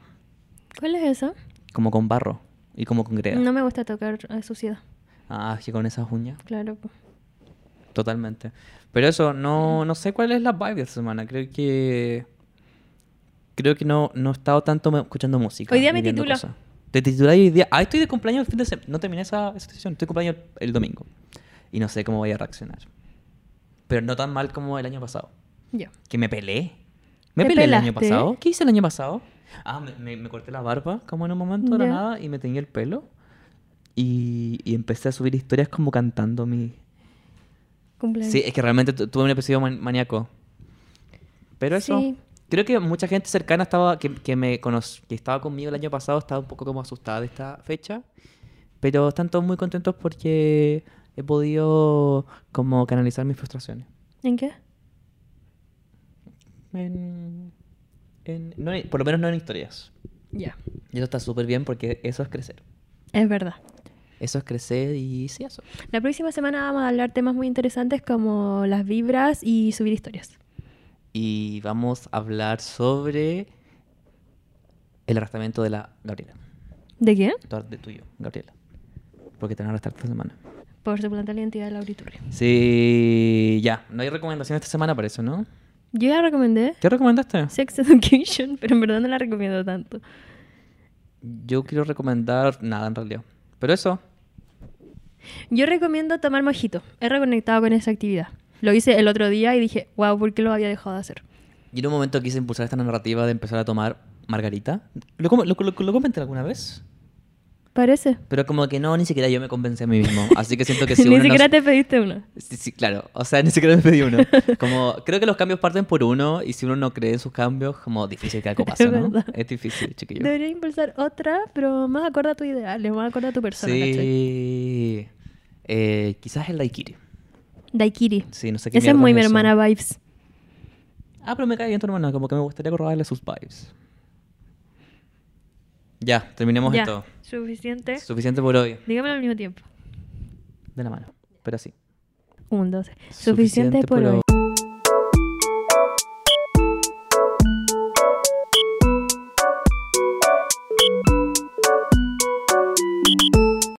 [SPEAKER 2] ¿Cuál es esa?
[SPEAKER 1] Como con barro. Y como con greda.
[SPEAKER 2] No me gusta tocar eh, suciedad.
[SPEAKER 1] Ah, es que con esas uñas.
[SPEAKER 2] Claro. po.
[SPEAKER 1] Totalmente. Pero eso, no, no sé cuál es la vibe de esta semana. Creo que. Creo que no, no he estado tanto me- escuchando música.
[SPEAKER 2] Hoy día me
[SPEAKER 1] ni viendo
[SPEAKER 2] titulo.
[SPEAKER 1] cosas. Te titulás hoy día. Ah, estoy de cumpleaños el fin de semana. No terminé esa, esa sesión. Estoy de cumpleaños el domingo. Y no sé cómo voy a reaccionar. Pero no tan mal como el año pasado.
[SPEAKER 2] Ya.
[SPEAKER 1] Que me pelé. Me
[SPEAKER 2] Te
[SPEAKER 1] pelé el año
[SPEAKER 2] pelaste.
[SPEAKER 1] pasado. ¿Qué hice el año pasado? Ah, me, me- me corté la barba como en un momento de
[SPEAKER 2] Ya.
[SPEAKER 1] la nada y me teñí el pelo. Y, y empecé a subir historias como cantando mi,
[SPEAKER 2] cumpleaños.
[SPEAKER 1] Sí, es que realmente tu- tuve un episodio man- maníaco. Pero eso.
[SPEAKER 2] Sí.
[SPEAKER 1] Creo que mucha gente cercana estaba que, que me conoc- que estaba conmigo el año pasado estaba un poco como asustada de esta fecha. Pero están todos muy contentos porque he podido como canalizar mis frustraciones.
[SPEAKER 2] ¿En qué?
[SPEAKER 1] En- en- no en- por lo menos no en historias.
[SPEAKER 2] Ya.
[SPEAKER 1] Y eso está súper bien porque eso es crecer.
[SPEAKER 2] Es verdad.
[SPEAKER 1] Eso es crecer y sí, eso.
[SPEAKER 2] La próxima semana vamos a hablar temas muy interesantes como las vibras y subir historias.
[SPEAKER 1] Y vamos a hablar sobre el arrastramiento de la Gabriela.
[SPEAKER 2] ¿De quién?
[SPEAKER 1] Tu- De tuyo, Gabriela. Porque te van a arrastrar esta semana.
[SPEAKER 2] Por su planta la identidad del auditorio.
[SPEAKER 1] Sí, ya. No hay recomendación esta semana para eso, ¿no?
[SPEAKER 2] Yo ya recomendé
[SPEAKER 1] ¿Qué recomendaste?
[SPEAKER 2] Sex Education, [laughs] pero en verdad no la recomiendo tanto.
[SPEAKER 1] Yo quiero recomendar nada en realidad. Pero eso,
[SPEAKER 2] Yo recomiendo tomar mojito. He reconectado con esa actividad. Lo hice el otro día y dije, wow, ¿por qué lo había dejado de hacer?
[SPEAKER 1] yo en un momento quise impulsar esta narrativa de empezar a tomar margarita. ¿Lo, com- lo, lo- lo comenté alguna vez?
[SPEAKER 2] Parece.
[SPEAKER 1] Pero como que no, ni siquiera yo me convencí a mí mismo. Así que
[SPEAKER 2] [laughs]
[SPEAKER 1] siento que si
[SPEAKER 2] Ni
[SPEAKER 1] uno no-
[SPEAKER 2] siquiera te pediste una.
[SPEAKER 1] Sí, sí, claro. O sea, ni siquiera me pedí uno. Como, creo que los cambios parten por uno y si uno no cree en sus cambios, como difícil
[SPEAKER 2] [laughs]
[SPEAKER 1] que algo pase,
[SPEAKER 2] Es
[SPEAKER 1] ¿no?
[SPEAKER 2] verdad.
[SPEAKER 1] Es difícil, chiquillo.
[SPEAKER 2] Debería impulsar otra, pero más acorde a tu ideal, más acorde a tu persona. ¿cachai?
[SPEAKER 1] Sí. Eh, quizás el daiquiri.
[SPEAKER 2] Daikiri.
[SPEAKER 1] Sí, no sé qué
[SPEAKER 2] Esa es muy mi
[SPEAKER 1] mierda es eso.
[SPEAKER 2] hermana Vibes.
[SPEAKER 1] Ah, pero me cae bien tu hermana, como que me gustaría robarle sus vibes. Ya, terminemos
[SPEAKER 2] Ya,
[SPEAKER 1] esto.
[SPEAKER 2] suficiente.
[SPEAKER 1] Suficiente por hoy.
[SPEAKER 2] Dígamelo al mismo tiempo.
[SPEAKER 1] De la mano. Pero sí.
[SPEAKER 2] Un, dos. Suficiente, por hoy.